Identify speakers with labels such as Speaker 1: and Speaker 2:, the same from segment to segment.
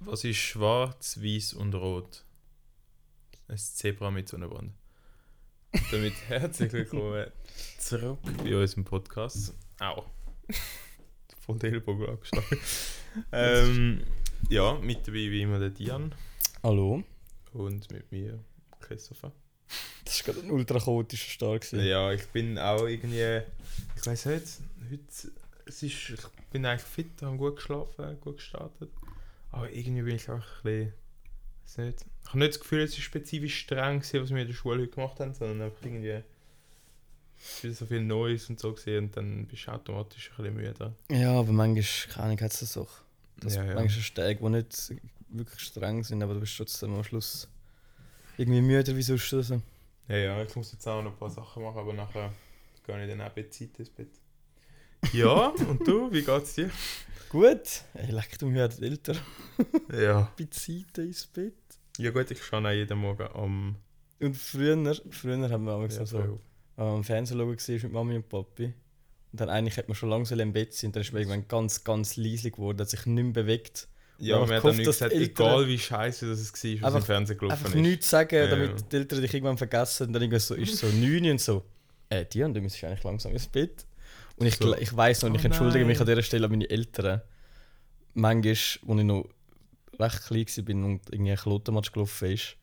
Speaker 1: Was ist schwarz, weiß und rot? Ein Zebra mit Sonnenbrand. Damit herzlich willkommen zurück bei unserem Podcast. Au. Voll der Ellbogen angeschlagen. ähm, ja, mit dabei wie immer der Dian
Speaker 2: Hallo?
Speaker 1: und mit mir Christopher.
Speaker 2: Das war gerade ein ultra chaotischer Start. gewesen.
Speaker 1: Ja, ich bin auch irgendwie, ich weiß nicht, heute, es ist, ich bin eigentlich fit, habe gut geschlafen, gut gestartet. Aber irgendwie bin ich auch ein bisschen, weiß nicht, ich habe nicht das Gefühl, es ist spezifisch streng gewesen, was wir in der Schule heute gemacht haben, sondern einfach irgendwie wieder so viel Neues und so gesehen und dann bist du automatisch ein bisschen müde.
Speaker 2: Ja, aber manchmal, keine Ahnung, hat es das auch. Das
Speaker 1: Ja, ja.
Speaker 2: Manchmal Steige, die nicht wirklich streng sind, aber du bist trotzdem am Schluss irgendwie müder wie sonst. oder so.
Speaker 1: Ja, ja, ich muss jetzt auch noch ein paar Sachen machen, aber nachher gehe ich dann auch ein bisschen Zeit ins Bett. Ja, und du, wie geht's dir?
Speaker 2: Gut, ey, leck du mir die Eltern
Speaker 1: Ja.
Speaker 2: bei Zeiten ins Bett.
Speaker 1: Ja gut, ich schaue auch jeden Morgen um, also am...
Speaker 2: Und früher, früher haben wir manchmal
Speaker 1: Ja,
Speaker 2: so, wenn man am Fernsehen schauen war mit Mami und Papi. Und dann eigentlich hätte man schon langsam im Bett sein, und dann ist man irgendwann ganz, ganz leise geworden, hat sich nicht mehr bewegt.
Speaker 1: Ja,
Speaker 2: Aber
Speaker 1: man
Speaker 2: ich
Speaker 1: hat dann
Speaker 2: hoffe,
Speaker 1: nicht
Speaker 2: dass
Speaker 1: gesagt,
Speaker 2: die Eltern-
Speaker 1: egal wie scheiße das es war, was im
Speaker 2: Einfach-
Speaker 1: Fernsehen gelaufen
Speaker 2: Einfach
Speaker 1: ist.
Speaker 2: nichts sagen,
Speaker 1: Ja,
Speaker 2: damit
Speaker 1: ja.
Speaker 2: die Eltern dich irgendwann vergessen und dann irgendwie so ist so 9 und so. Äh, die und du müsstest eigentlich langsam ins Bett. Und ich,
Speaker 1: So.
Speaker 2: gl- ich weiß noch, und
Speaker 1: Oh
Speaker 2: ich entschuldige mich
Speaker 1: nein.
Speaker 2: an dieser Stelle an meine Eltern. Manchmal, als ich noch recht klein war und irgendwie ein Klottermatch gelaufen ist,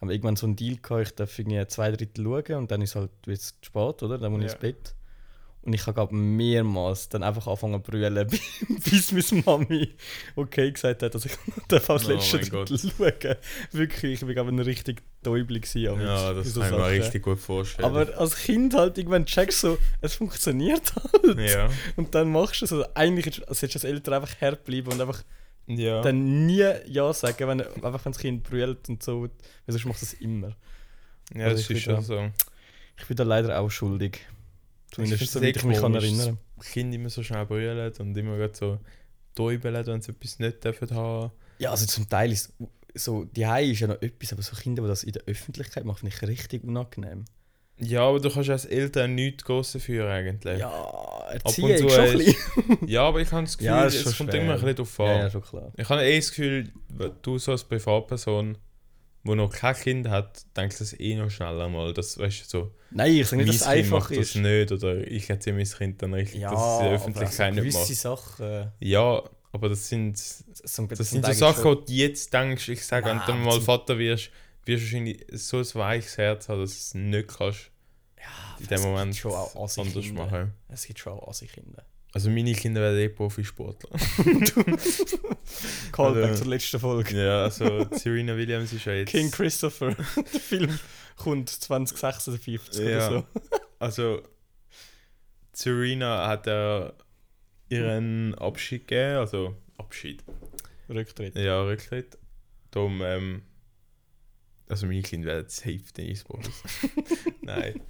Speaker 2: haben wir irgendwann so einen Deal gehabt, ich darf irgendwie zwei Drittel schauen und dann ist halt wird's spät, oder? Dann muss ich
Speaker 1: Ja.
Speaker 2: ins Bett. Und ich habe mehrmals dann einfach angefangen zu brüllen, bis meine Mami okay gesagt hat, dass ich darf als
Speaker 1: Oh
Speaker 2: letzte
Speaker 1: mein Gott.
Speaker 2: Drittel schauen. Wirklich, ich war aber ein richtig Däubel. gewesen,
Speaker 1: Ja,
Speaker 2: aber
Speaker 1: das
Speaker 2: so
Speaker 1: kann ich mir
Speaker 2: Sachen.
Speaker 1: richtig gut vorstellen.
Speaker 2: Aber als Kind halt irgendwann checkst du so, es funktioniert halt.
Speaker 1: ja.
Speaker 2: Und dann machst du es. Also eigentlich ist- solltest du als Eltern einfach hart bleiben und einfach
Speaker 1: ja.
Speaker 2: dann nie Ja sagen, wenn, einfach wenn das Kind brüllt und so. Weil sonst macht es immer.
Speaker 1: ja,
Speaker 2: also
Speaker 1: das
Speaker 2: ich
Speaker 1: ist
Speaker 2: bin
Speaker 1: schon
Speaker 2: da-
Speaker 1: so.
Speaker 2: Ich bin da leider auch schuldig. Zumindest
Speaker 1: find's
Speaker 2: soweit
Speaker 1: sehr
Speaker 2: ich mich kann
Speaker 1: komisch.
Speaker 2: erinnern.
Speaker 1: Kinder immer so schnell brüllen und immer grad so täubeln, wenn sie etwas nicht dürfen haben.
Speaker 2: Ja, also zum Teil ist so, die ist ja noch etwas, aber so Kinder, die das in der Öffentlichkeit machen, finde ich richtig unangenehm.
Speaker 1: Ja, aber du kannst als Eltern nichts groß dafür eigentlich. Ja,
Speaker 2: Ja,
Speaker 1: und
Speaker 2: Erziehung
Speaker 1: zu
Speaker 2: schon ein
Speaker 1: ist-
Speaker 2: bisschen.
Speaker 1: aber ich habe das Gefühl,
Speaker 2: Ja, ist schon
Speaker 1: es kommt
Speaker 2: schwer.
Speaker 1: immer ein bisschen drauf an.
Speaker 2: Ja, ja, schon klar.
Speaker 1: Ich habe eh das Gefühl, wenn du so als Privatperson, die noch kein Kind hat, denkst du das eh noch schneller mal. Das weißt du so.
Speaker 2: Nein, ich sage nicht, dass es
Speaker 1: mein Kind
Speaker 2: einfach
Speaker 1: macht
Speaker 2: ist.
Speaker 1: das nicht oder ich erzähle mein Kind dann richtig, dass es in der
Speaker 2: aber
Speaker 1: Öffentlichkeit
Speaker 2: also
Speaker 1: nicht
Speaker 2: gewisse
Speaker 1: macht.
Speaker 2: Sachen. äh,
Speaker 1: Ja, aber das sind, das
Speaker 2: Zum,
Speaker 1: sind so Sachen, wo du jetzt denkst, ich sage, wenn
Speaker 2: Nein,
Speaker 1: du
Speaker 2: aber
Speaker 1: mal
Speaker 2: zum-
Speaker 1: Vater wirst, wirst du wahrscheinlich so ein weiches Herz haben, dass du es nicht kannst in dem Moment
Speaker 2: schon auch an sich
Speaker 1: anders
Speaker 2: Kinder.
Speaker 1: machen.
Speaker 2: Es gibt schon auch assig Kinder.
Speaker 1: Also meine Kinder werden eh Profisportler.
Speaker 2: Callback
Speaker 1: Also-
Speaker 2: zur letzten Folge.
Speaker 1: ja, also Serena Williams ist ja jetzt...
Speaker 2: King Christopher. der Film kommt 2056
Speaker 1: Ja.
Speaker 2: oder so.
Speaker 1: Also, Serena hat ja ihren Abschied gegeben, also Abschied.
Speaker 2: Rücktritt.
Speaker 1: Ja, Rücktritt. Darum, ähm, also meine Kinder werden safe Tennisprofis. Nein.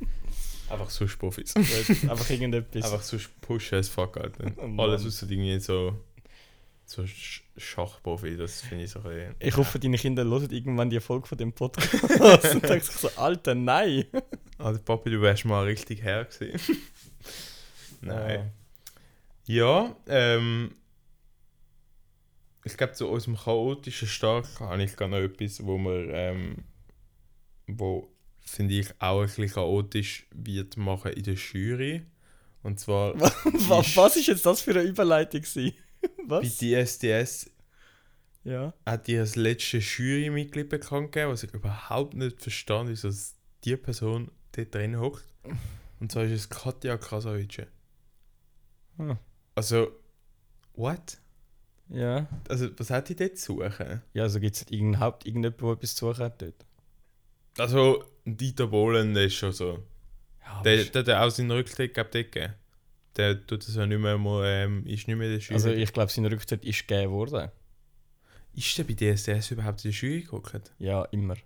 Speaker 1: Einfach sonst Profis.
Speaker 2: Gut, Einfach irgendetwas.
Speaker 1: Einfach sonst pushen as fuck, Alter.
Speaker 2: Oh Mann.
Speaker 1: Alles außer irgendwie so, so Sch- Schachprofi, das finde ich so ein bisschen...
Speaker 2: Ich hoffe, deine Kinder hören irgendwann die Folge von dem Podcast und denken sich so, Alter, nein.
Speaker 1: Alter Ah, Papi, du wärst mal richtig her gewesen. Nein. Ja, ähm... Ich glaube, zu unserem chaotischen Start habe ich gerade noch etwas, wo wir... Ähm, wo finde ich auch ein bisschen chaotisch wird machen in der Jury. Und zwar
Speaker 2: Wa- wa- Was ist jetzt das für eine Überleitung? gewesen?
Speaker 1: bei
Speaker 2: Was?
Speaker 1: DSDS
Speaker 2: Ja.
Speaker 1: hat ihr das letzte Jurymitglied bekannt gegeben, was ich überhaupt nicht verstand, wieso es die Person dort drin hockt. Und zwar ist es Katja Krasavice.
Speaker 2: Hm.
Speaker 1: Also, what?
Speaker 2: Ja.
Speaker 1: Also, was hat die dort zu suchen?
Speaker 2: Ja, also gibt es überhaupt irgendjemanden, der etwas zu suchen hat dort?
Speaker 1: Also, Dieter Bohlen der ist schon so.
Speaker 2: Ja,
Speaker 1: Der, der, der auch seinen Rücktritt glaub, dort gegeben. Der tut das ja nicht mehr, mal, ähm, ist nicht mehr der Jury.
Speaker 2: also ich glaube, sein Rücktritt ist gegeben worden.
Speaker 1: Ist der bei DSDS überhaupt in die Jury geguckt?
Speaker 2: Ja, immer.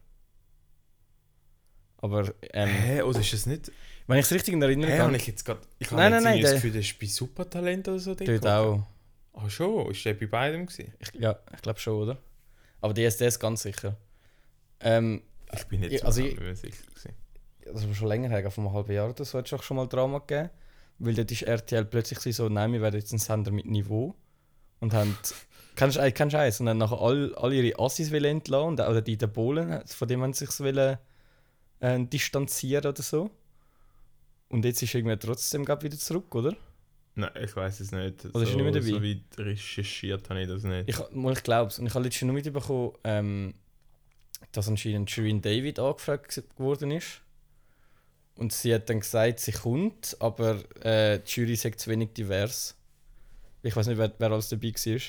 Speaker 2: Aber ähm,
Speaker 1: Hä? Oder ist das nicht?
Speaker 2: wenn ich es richtig in Erinnerung
Speaker 1: Hä, habe
Speaker 2: habe,
Speaker 1: ich jetzt gerade. Ich
Speaker 2: Nein,
Speaker 1: habe jetzt
Speaker 2: nein, nein,
Speaker 1: irgendwie das
Speaker 2: der-
Speaker 1: Gefühl, der ist bei Supertalent oder so.
Speaker 2: dort auch.
Speaker 1: Ach Ah, schon, ist der bei beidem gewesen?
Speaker 2: Ich, ja, ich glaube schon, oder? Aber DSDS ganz sicher. Ähm,
Speaker 1: Ich bin
Speaker 2: Ja,
Speaker 1: jetzt
Speaker 2: also
Speaker 1: also
Speaker 2: ich-
Speaker 1: nicht mehr sicher gewesen.
Speaker 2: das war schon länger her, vor einem halben Jahr oder so, hat es auch schon mal Drama gegeben. Weil dort ist RTL plötzlich so, nein, wir werden jetzt ein Sender mit Niveau. Und haben Kannst du keinen Scheiß. Und dann nachher all, all ihre Assis wollen entlassen, und- oder die, die Polen, von denen sie sich wollen, äh, distanzieren oder so. Und jetzt ist irgendwie trotzdem grad wieder zurück, oder?
Speaker 1: Nein, ich weiß es nicht.
Speaker 2: Oder ist er nicht mehr
Speaker 1: So weit recherchiert habe ich das nicht.
Speaker 2: Ich, mal, ich glaube es. Und ich habe letztens nur mitbekommen, ähm, dass anscheinend Shirin David angefragt gse- worden ist. Und sie hat dann gesagt, sie kommt, aber äh, die Jury sagt zu wenig divers. Ich weiß nicht, wer, wer alles dabei war.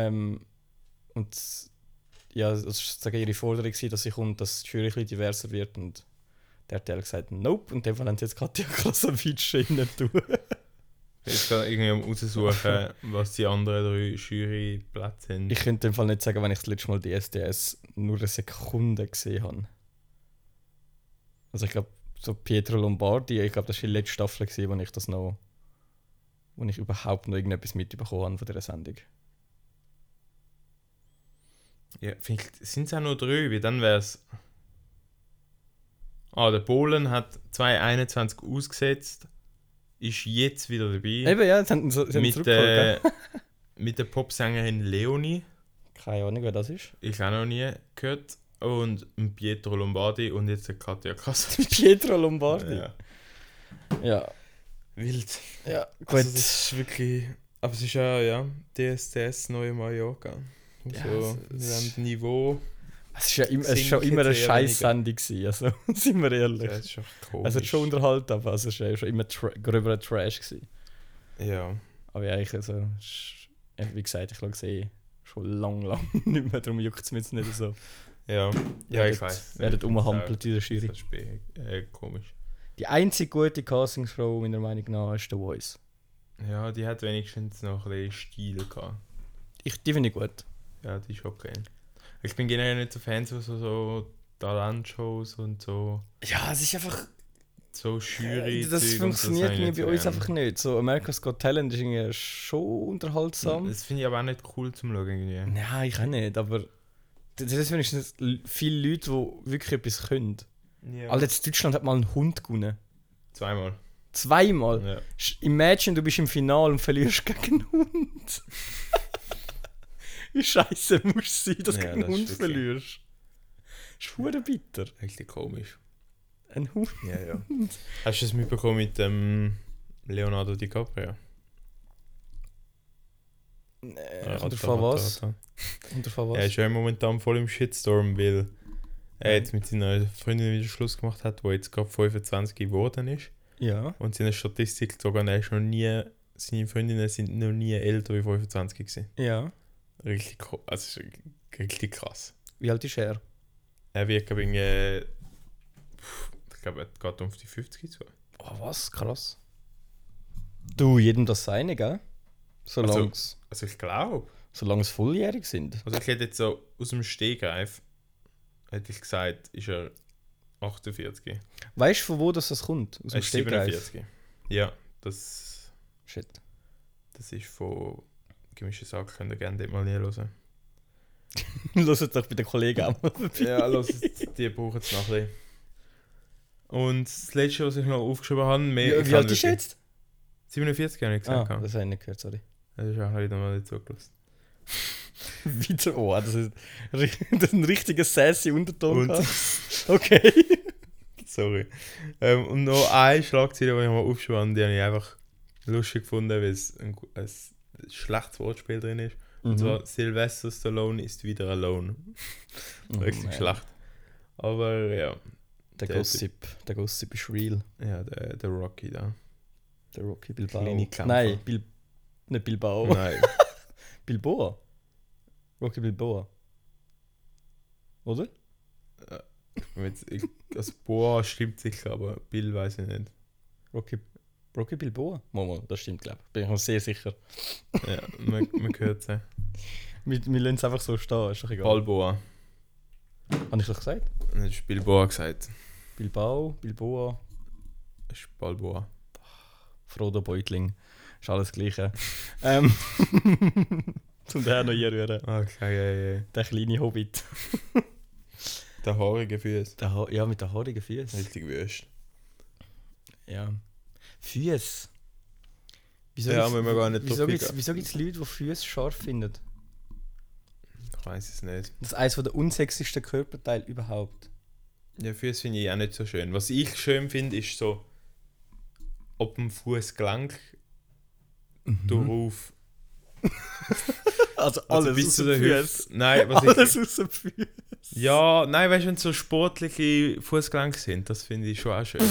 Speaker 2: Ähm, und s- ja, das war sozusagen ihre Forderung, gewesen, dass sie kommt, dass die Jury ein bisschen diverser wird. Und der hat halt gesagt, nope. Und in dem Fall haben sie jetzt Katja Krasavitsch rein tun.
Speaker 1: Jetzt kann irgendwie am raussuchen, was die anderen drei Juryplätze sind.
Speaker 2: Ich könnte im Fall nicht sagen, wenn ich das letzte Mal die SDS nur eine Sekunde gesehen habe. Also ich glaube, so Pietro Lombardi, ich glaube, das war die letzte Staffel, gewesen, wo ich das noch. wo ich überhaupt noch irgendetwas mitbekommen habe von dieser Sendung.
Speaker 1: ja, vielleicht sind es auch nur drei, weil dann wäre es. Ah, der Polen hat 221 ausgesetzt, ist jetzt wieder dabei.
Speaker 2: Eben, ja, jetzt haben sie, sie haben
Speaker 1: mit,
Speaker 2: zurückgeholt, gell?
Speaker 1: äh, mit der Popsängerin Leonie.
Speaker 2: Keine Ahnung, wer das ist.
Speaker 1: Ich habe noch nie gehört. Und dem Pietro Lombardi und jetzt der Katja Kasser.
Speaker 2: Pietro Lombardi. Ja.
Speaker 1: Ja.
Speaker 2: Ja,
Speaker 1: Wild.
Speaker 2: gut.
Speaker 1: Also, das ist wirklich. Aber es ist ja, ja, DSDS neue Mallorca.
Speaker 2: Ja,
Speaker 1: so,
Speaker 2: es- es
Speaker 1: wir haben
Speaker 2: ist-
Speaker 1: Niveau.
Speaker 2: es ist ja im, es ist
Speaker 1: Sing
Speaker 2: schon immer eine
Speaker 1: jetzt eher
Speaker 2: Scheißsendung gewesen, also sind wir ehrlich.
Speaker 1: Ja, das ist schon komisch.
Speaker 2: also schon unterhalten, aber es ist ja schon immer tra gröberer Trash gewesen.
Speaker 1: ja.
Speaker 2: Aber ja, ich, also, sch- äh, wie gesagt, ich schaue sie schon lang, lang nicht mehr, darum juckt es mich jetzt nicht so.
Speaker 1: Ja, ja ich weiß.
Speaker 2: Werden umhampelt in der Jury.
Speaker 1: Das ist be- äh, komisch.
Speaker 2: Die einzige gute Castingshow, meiner Meinung nach, ist The Voice.
Speaker 1: Ja, die hat wenigstens noch ein bisschen Stil gehabt.
Speaker 2: Ich, die finde ich gut.
Speaker 1: Ja, die ist okay. Ich bin generell nicht so Fan von so, so Talentshows und so.
Speaker 2: Ja, es ist einfach.
Speaker 1: So Jury.
Speaker 2: Äh, das funktioniert irgendwie bei uns einfach nicht. So America's Got Talent ist irgendwie schon unterhaltsam.
Speaker 1: Das finde ich aber auch nicht cool zum Schauen irgendwie.
Speaker 2: Nein, ich auch nicht, aber. Das ist wenigstens viele Leute, die wirklich etwas können.
Speaker 1: Ja.
Speaker 2: Alter, jetzt Deutschland hat mal einen Hund gewonnen.
Speaker 1: Zweimal.
Speaker 2: Zweimal.
Speaker 1: Ja.
Speaker 2: Sch- Imagine, du bist im Finale und verlierst gegen einen Hund. Wie scheiße muss es sein, dass du
Speaker 1: Ja,
Speaker 2: gegen einen
Speaker 1: das ist
Speaker 2: Hund
Speaker 1: wirklich-
Speaker 2: verlierst? Das ist hure bitter.
Speaker 1: Richtig komisch.
Speaker 2: Ein Hund.
Speaker 1: Ja, ja. Hast du es mitbekommen mit dem Leonardo DiCaprio?
Speaker 2: Äh,
Speaker 1: Oder
Speaker 2: und davon was? Und davon
Speaker 1: Er ist
Speaker 2: was?
Speaker 1: ja momentan voll im Shitstorm, weil er jetzt mit seiner Freundin wieder Schluss gemacht hat, die jetzt gerade 25 geworden ist.
Speaker 2: Ja.
Speaker 1: Und seine Statistik gezogen, er ist noch nie, seine Freundinnen sind noch nie älter wie 25 gewesen.
Speaker 2: Ja.
Speaker 1: Richtig, ko- also, es ist richtig krass.
Speaker 2: Wie alt ist er?
Speaker 1: Er wird, glaube ich, irgendwie- pff, ich glaube, er geht um die 50 zu.
Speaker 2: Oh, was? Krass. Du, jedem das seine, gell? Solange es
Speaker 1: Also ich glaube.
Speaker 2: solang's volljährig sind.
Speaker 1: Also ich hätte jetzt so aus dem Stehgreif, hätte ich gesagt, ist er 48.
Speaker 2: Weißt du, von wo das, das kommt? Aus
Speaker 1: Er
Speaker 2: dem
Speaker 1: ist
Speaker 2: Stegreif?
Speaker 1: 47. Ja, das,
Speaker 2: Shit.
Speaker 1: das ist von gemischten Sachen, könnt ihr gerne dort mal hören.
Speaker 2: Lass es doch bei den Kollegen auch mal vorbei.
Speaker 1: Ja, los, die brauchen es noch ein bisschen. Und das letzte, was ich noch aufgeschrieben habe, mehr.
Speaker 2: Wie,
Speaker 1: ich
Speaker 2: wie
Speaker 1: kann
Speaker 2: alt ist er
Speaker 1: wirklich-
Speaker 2: jetzt?
Speaker 1: 47 habe ich
Speaker 2: Ah,
Speaker 1: gesagt. Ah, das,
Speaker 2: das habe ich nicht gehört, sorry.
Speaker 1: ist auch wieder mal nicht zugelassen.
Speaker 2: Wieder, oh, das ist, das ist ein richtiger sassy Unterton.
Speaker 1: Und-
Speaker 2: gehabt. Okay.
Speaker 1: Sorry. Ähm, und noch eine Schlagzeile, die ich mal aufgeschrieben habe, die habe ich einfach lustig gefunden, weil es ein, gu- ein schlechtes Wortspiel drin ist.
Speaker 2: Mhm.
Speaker 1: Und zwar Sylvester Stallone ist wieder alone.
Speaker 2: Oh,
Speaker 1: Richtig schlecht. Aber ja,
Speaker 2: Der Gossip, der Gossip ist real.
Speaker 1: ja der, der Rocky da.
Speaker 2: Der Rocky Bilbao.
Speaker 1: Kleine Kämpfer.
Speaker 2: Nein, Bil, nicht Bilbao.
Speaker 1: Nein,
Speaker 2: Bilboa. Rocky Bilboa. Oder?
Speaker 1: jetzt, ich, also Boa stimmt sicher, aber Bill weiß ich nicht.
Speaker 2: Rocky, Rocky Bilboa? Moment, das stimmt, glaube ich. Bin ich mir sehr sicher.
Speaker 1: Ja, man, man hört es.
Speaker 2: Wir, wir lassen es einfach so stehen, ist doch egal.
Speaker 1: Balboa.
Speaker 2: Habe ich doch gesagt?
Speaker 1: Das ist Bilboa gesagt.
Speaker 2: Bilbao, Bilboa,
Speaker 1: Das ist Balboa.
Speaker 2: Frodo Beutling. Ist alles das Gleiche. ähm, zum den noch hier rühren.
Speaker 1: Ah, Okay, ja, ja.
Speaker 2: Der kleine Hobbit.
Speaker 1: Der haarige Füße.
Speaker 2: Der ha ja, mit den haarigen Füßen.
Speaker 1: Richtig wüst.
Speaker 2: Ja. Füße. Wieso
Speaker 1: Ja,
Speaker 2: gibt's-
Speaker 1: müssen wir gar nicht
Speaker 2: Wieso
Speaker 1: drauf
Speaker 2: gibt es
Speaker 1: eingehen.
Speaker 2: wieso gibt's Leute, die Füße scharf finden?
Speaker 1: Ich weiß es nicht.
Speaker 2: Das ist eines der unsexiesten Körperteile überhaupt.
Speaker 1: Ja, Füße finde ich auch nicht so schön. Was ich schön finde, ist so, ob dem Fuß Gelenk
Speaker 2: Mhm.
Speaker 1: darauf. Also
Speaker 2: Also alles
Speaker 1: bis zu
Speaker 2: also
Speaker 1: der
Speaker 2: Füße.
Speaker 1: Hüfte. Nein, was ich,
Speaker 2: Alles außer Füße.
Speaker 1: Ja, nein, weißt du, wenn so sportliche Fußgelenke sind, das finde ich schon auch schön.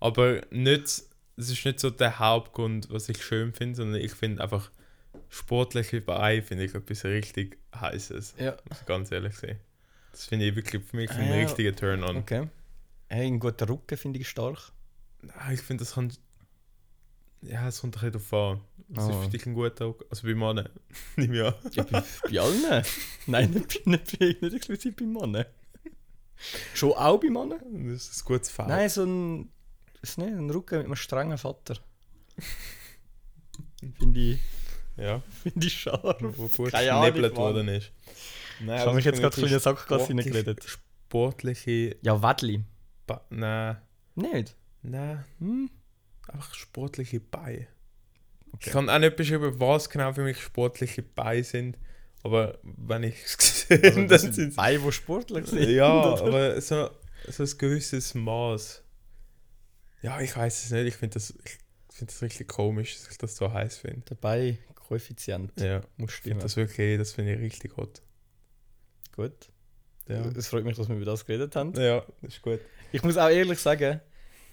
Speaker 1: Aber nicht, es ist nicht so der Hauptgrund, was ich schön finde, sondern ich finde einfach sportliche Beine finde ich etwas richtig heißes.
Speaker 2: Ja,
Speaker 1: muss Ganz ehrlich gesehen. Das finde ich wirklich für mich
Speaker 2: Ah,
Speaker 1: einen
Speaker 2: ja.
Speaker 1: richtigen Turn-on.
Speaker 2: okay. Hey, ein guter Rücken finde ich stark.
Speaker 1: Ah, Ich finde, das kann. Ja, es kommt ein bisschen darauf an. Was
Speaker 2: Ah.
Speaker 1: ist für dich ein guter Tag? Also bei Männern. Nimm ja.
Speaker 2: Ja, bei, bei allen. Nein, nicht, bei- nicht, bei- nicht exklusiv bei Männern. Schon auch bei Männern?
Speaker 1: Das ist ein gutes Fall.
Speaker 2: Nein, so ein, ist nicht, ein Rücken mit einem strengen Vater. Finde ich,
Speaker 1: Ja,
Speaker 2: find ich scharf.
Speaker 1: wo vorher
Speaker 2: Keine Ahnung,
Speaker 1: geschnippelt
Speaker 2: Mann.
Speaker 1: worden ist. Nein,
Speaker 2: Ich
Speaker 1: aber
Speaker 2: habe
Speaker 1: das
Speaker 2: mich jetzt
Speaker 1: finde
Speaker 2: gerade ein bisschen in eine Sackgasse
Speaker 1: sportlich-
Speaker 2: hineingeredet.
Speaker 1: Sportliche.
Speaker 2: Ja, Wädli.
Speaker 1: Ba nein.
Speaker 2: Nicht?
Speaker 1: Nein.
Speaker 2: Hm?
Speaker 1: Einfach sportliche Beine. Ich kann auch nicht beschreiben, was genau für mich sportliche Beine sind. Aber wenn ich es sehe,
Speaker 2: Also,
Speaker 1: dann
Speaker 2: das
Speaker 1: sind
Speaker 2: sind Beine, die sportlich sind.
Speaker 1: Ja,
Speaker 2: oder?
Speaker 1: aber so, so ein gewisses Maß. Ja, ich weiß es nicht. Ich finde das, ich find das richtig komisch, dass ich das so heiß finde.
Speaker 2: Der Bein-Koeffizient.
Speaker 1: Ja, muss
Speaker 2: Genau.
Speaker 1: stimmt. Das wirklich, das finde ich richtig hot.
Speaker 2: Gut.
Speaker 1: Ja.
Speaker 2: Es freut mich, dass wir über das geredet haben.
Speaker 1: ja, ist gut.
Speaker 2: Ich muss auch ehrlich sagen,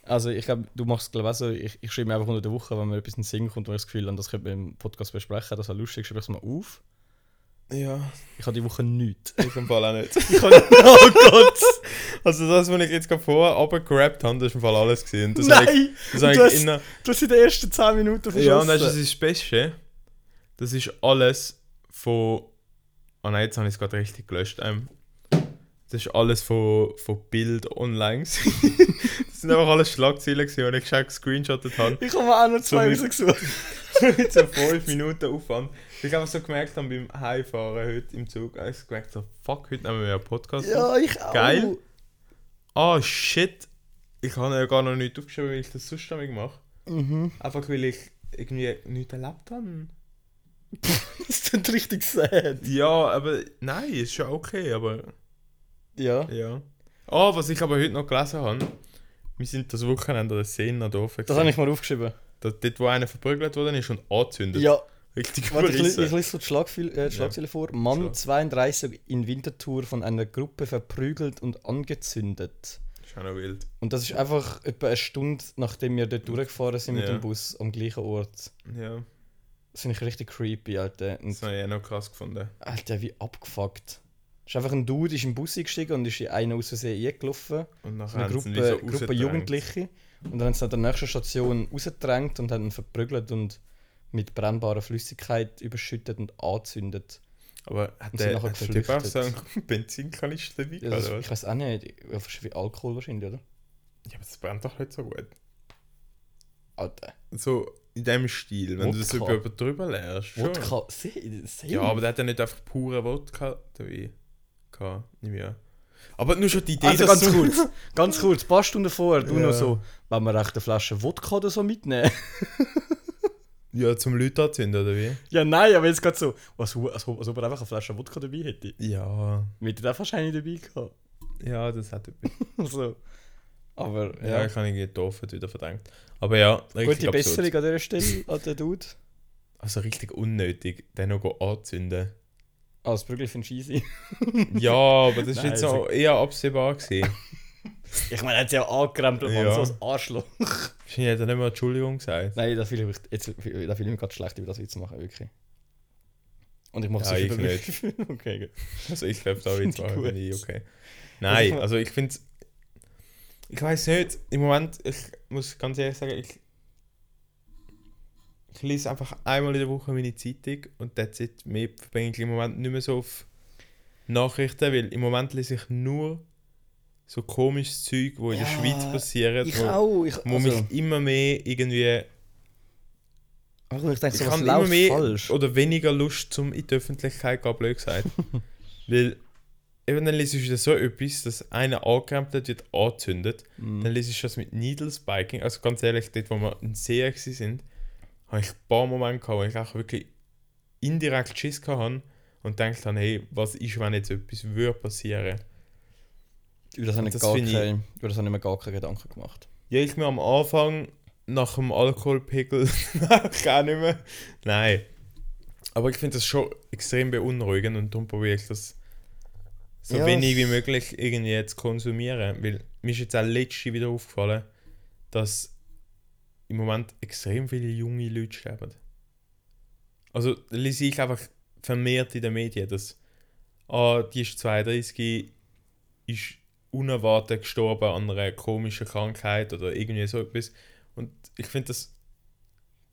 Speaker 2: also ich glaube, du machst es glaube auch so, ich, ich schreibe mir einfach unter der Woche, wenn mir etwas in den Sinn kommt, wo ich das Gefühl habe, das könnte man im Podcast besprechen, das wäre lustig, schreibe ich es mal auf.
Speaker 1: Ja,
Speaker 2: Ich habe die Woche nichts.
Speaker 1: ich im Fall auch nicht.
Speaker 2: Ich habe, oh Gott!
Speaker 1: Also das, was ich jetzt gerade vorher runtergerappt habe, das ist im Fall alles gesehen. Das habe ich,
Speaker 2: Nein!
Speaker 1: das habe
Speaker 2: du
Speaker 1: ich
Speaker 2: hast-
Speaker 1: inner-
Speaker 2: Du hast in den ersten 10 Minuten
Speaker 1: Ja, und das
Speaker 2: verschossen.
Speaker 1: ist das Beste. Das ist alles von. Oh nein, jetzt habe ich es gerade richtig gelöscht. Ähm, das ist alles von, von Bild online. gewesen. das sind einfach alles Schlagzeilen, gewesen, die ich schon gescreenshottet habe.
Speaker 2: ich habe mir auch noch zwei
Speaker 1: So
Speaker 2: rausgesucht.
Speaker 1: Mit so 5 Minuten Aufwand. Weil Ich habe so gemerkt habe beim Heimfahren heute im Zug, habe ich gemerkt, so fuck, heute nehmen wir einen Podcast. auf.
Speaker 2: Ja, ich auch.
Speaker 1: Geil. Ah, shit. Ich habe ja gar noch nichts aufgeschrieben, weil ich das sonst damit mache.
Speaker 2: Mhm.
Speaker 1: Einfach weil ich irgendwie nichts erlebt habe.
Speaker 2: Das klingt richtig sad.
Speaker 1: Ja, aber nein, ist schon okay, aber.
Speaker 2: Ja.
Speaker 1: Ja. Oh, was ich aber heute noch gelesen habe, wir sind das Wochenende an der Szene da offen.
Speaker 2: Das habe ich mal aufgeschrieben.
Speaker 1: da, dort, wo einer verprügelt worden ist und angezündet.
Speaker 2: Ja,
Speaker 1: Richtig
Speaker 2: warte, ich, li-
Speaker 1: überrissen.
Speaker 2: ich lese so die Schlagzeile äh, die Schlagzeile vor. Mann
Speaker 1: Schlag.
Speaker 2: 32 in Winterthur von einer Gruppe verprügelt und angezündet.
Speaker 1: Ist auch noch wild.
Speaker 2: Und das ist einfach etwa eine Stunde, nachdem wir dort durchgefahren sind mit
Speaker 1: Ja.
Speaker 2: dem Bus am gleichen Ort.
Speaker 1: Ja,
Speaker 2: Das finde ich richtig creepy, Alter. Und,
Speaker 1: das habe ich auch noch krass gefunden.
Speaker 2: Alter, wie abgefuckt. Ist einfach ein Dude, ist im Bus eingestiegen und ist in einen aus Versehen eingelaufen.
Speaker 1: Und
Speaker 2: So
Speaker 1: nachher
Speaker 2: eine
Speaker 1: haben sie ihn
Speaker 2: Gruppe,
Speaker 1: wie so
Speaker 2: Gruppe
Speaker 1: rausgedrängt.
Speaker 2: Jugendliche. Und dann haben sie ihn an der nächsten Station rausgedrängt und haben ihn verprügelt und mit brennbarer Flüssigkeit überschüttet und angezündet.
Speaker 1: Aber hat
Speaker 2: Und sind
Speaker 1: der,
Speaker 2: nachher
Speaker 1: hat der Typ auch so
Speaker 2: geflüchtet.
Speaker 1: einen Benzinkanister dabei?
Speaker 2: Ja,
Speaker 1: gehabt, oder
Speaker 2: das,
Speaker 1: was?
Speaker 2: Also, ich weiß auch nicht, ja, wahrscheinlich wie Alkohol wahrscheinlich, oder?
Speaker 1: ja, aber das brennt doch nicht so gut.
Speaker 2: Alter,
Speaker 1: So in dem Stil, wenn du das
Speaker 2: Wodka.
Speaker 1: über über drüber lehrst. schon.
Speaker 2: Wodka, seh, seh.
Speaker 1: Ja, aber der hat ja nicht einfach pure Wodka dabei. Gehabt, Nehme ich an. Aber nur schon die Idee,
Speaker 2: Also
Speaker 1: dass
Speaker 2: ganz
Speaker 1: du-
Speaker 2: kurz, ganz kurz, ein paar Stunden vorher, du
Speaker 1: Ja.
Speaker 2: noch so, wenn wir echt eine Flasche Wodka oder so mitnehmen.
Speaker 1: Ja, zum Leute anzünden, oder wie?
Speaker 2: ja, nein, aber jetzt gerade so, als, als, als ob er einfach eine Flasche Wodka dabei hätte.
Speaker 1: Ja.
Speaker 2: Wir hätten auch wahrscheinlich dabei gehabt.
Speaker 1: Ja, das hat etwas.
Speaker 2: so. Aber,
Speaker 1: Ja,
Speaker 2: ja.
Speaker 1: ich habe irgendwie doof wieder verdrängt. Aber ja, richtig
Speaker 2: Gute
Speaker 1: absurd.
Speaker 2: Besserung an dieser Stelle, an den Dude.
Speaker 1: Also richtig unnötig, den noch go anzünden.
Speaker 2: Ah, das Brügel findest du easy.
Speaker 1: Ja, aber das war
Speaker 2: Nein, also
Speaker 1: jetzt auch eher absehbar. Gewesen.
Speaker 2: Ich meine, er hat es ja angerempelt,
Speaker 1: Ja.
Speaker 2: Mann, so ein Arschloch.
Speaker 1: Wahrscheinlich hat er nicht mal Entschuldigung gesagt.
Speaker 2: Nein, da fühle ich mich, jetzt, da fühle ich mich gerade schlecht, über das Witz zu machen, wirklich. Und ich mache
Speaker 1: Ja,
Speaker 2: es
Speaker 1: ich
Speaker 2: nicht. okay, gut.
Speaker 1: Also ich glaube, da
Speaker 2: Finde
Speaker 1: wird
Speaker 2: ich
Speaker 1: es
Speaker 2: gut.
Speaker 1: nie okay.
Speaker 2: Also ich
Speaker 1: Nein,
Speaker 2: mein-
Speaker 1: also ich finde Ich weiß nicht, im Moment, ich muss ganz ehrlich sagen, ich. Ich lese einfach einmal in der Woche meine Zeitung und that's it. Mehr verbringe ich im Moment nicht mehr so auf Nachrichten, weil im Moment lese ich nur so komisches Zeug, wo in der
Speaker 2: Ja,
Speaker 1: Schweiz passiert,
Speaker 2: Ich
Speaker 1: wo,
Speaker 2: auch, ich,
Speaker 1: wo
Speaker 2: also,
Speaker 1: mich immer mehr irgendwie
Speaker 2: Ach, ich denke,
Speaker 1: ich
Speaker 2: so, was
Speaker 1: habe immer
Speaker 2: läuft
Speaker 1: mehr
Speaker 2: falsch.
Speaker 1: oder weniger Lust, zum in die Öffentlichkeit zu gehen, blöd gesagt. Weil, eben dann lese ich wieder so etwas, dass einer angekrempelt wird, anzündet. Dann lese ich das mit Needle Spiking. Also ganz ehrlich, dort, wo wir in See waren, habe ich ein paar Momente gehabt, wo ich auch wirklich indirekt Schiss gehabt habe. und gedacht habe, hey, was ist, wenn jetzt etwas würde passieren?
Speaker 2: Über das habe ich,
Speaker 1: das
Speaker 2: gar
Speaker 1: finde ich-
Speaker 2: keine, über das habe ich mir gar keine Gedanken gemacht.
Speaker 1: Ja, ich mir am Anfang nach dem Alkoholpegel gar nicht mehr. Nein. Aber ich finde das schon extrem beunruhigend und darum probiere ich das so
Speaker 2: Ja,
Speaker 1: wenig
Speaker 2: es-
Speaker 1: wie möglich irgendwie zu konsumieren. Weil mir ist jetzt auch letzte wieder aufgefallen, dass im Moment extrem viele junge Leute sterben. Also lese ich einfach vermehrt in den Medien, dass ah, die ist 32, ist unerwartet gestorben an einer komischen Krankheit oder irgendwie so etwas. Und ich finde, das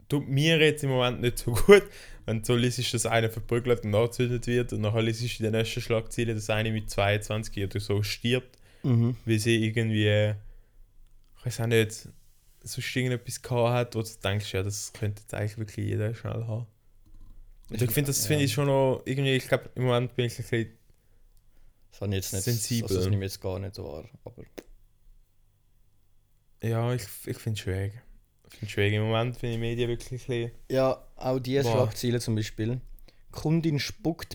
Speaker 1: tut mir jetzt im Moment nicht so gut, wenn du so liest, dass einer verprügelt und angezündet wird und nachher liest du in den nächsten Schlagzeilen, dass eine mit 22 oder so stirbt,
Speaker 2: Mhm.
Speaker 1: weil sie irgendwie, ich weiß auch nicht, sonst irgendetwas gehabt hat, wo du denkst, ja, das könnte jetzt eigentlich wirklich jeder schnell haben. Und ich finde, das finde ich schon noch irgendwie, ich glaube, im Moment bin ich ein bisschen
Speaker 2: Das habe ich jetzt nicht
Speaker 1: sensibel.
Speaker 2: Also das nehme ich jetzt gar nicht wahr. Aber
Speaker 1: Ja, ich, ich finde es schwierig. Ich finde es schwierig. Im Moment finde ich Medien wirklich ein bisschen...
Speaker 2: Ja, auch diese
Speaker 1: Boah.
Speaker 2: Schlagziele zum Beispiel. Kundin spuckt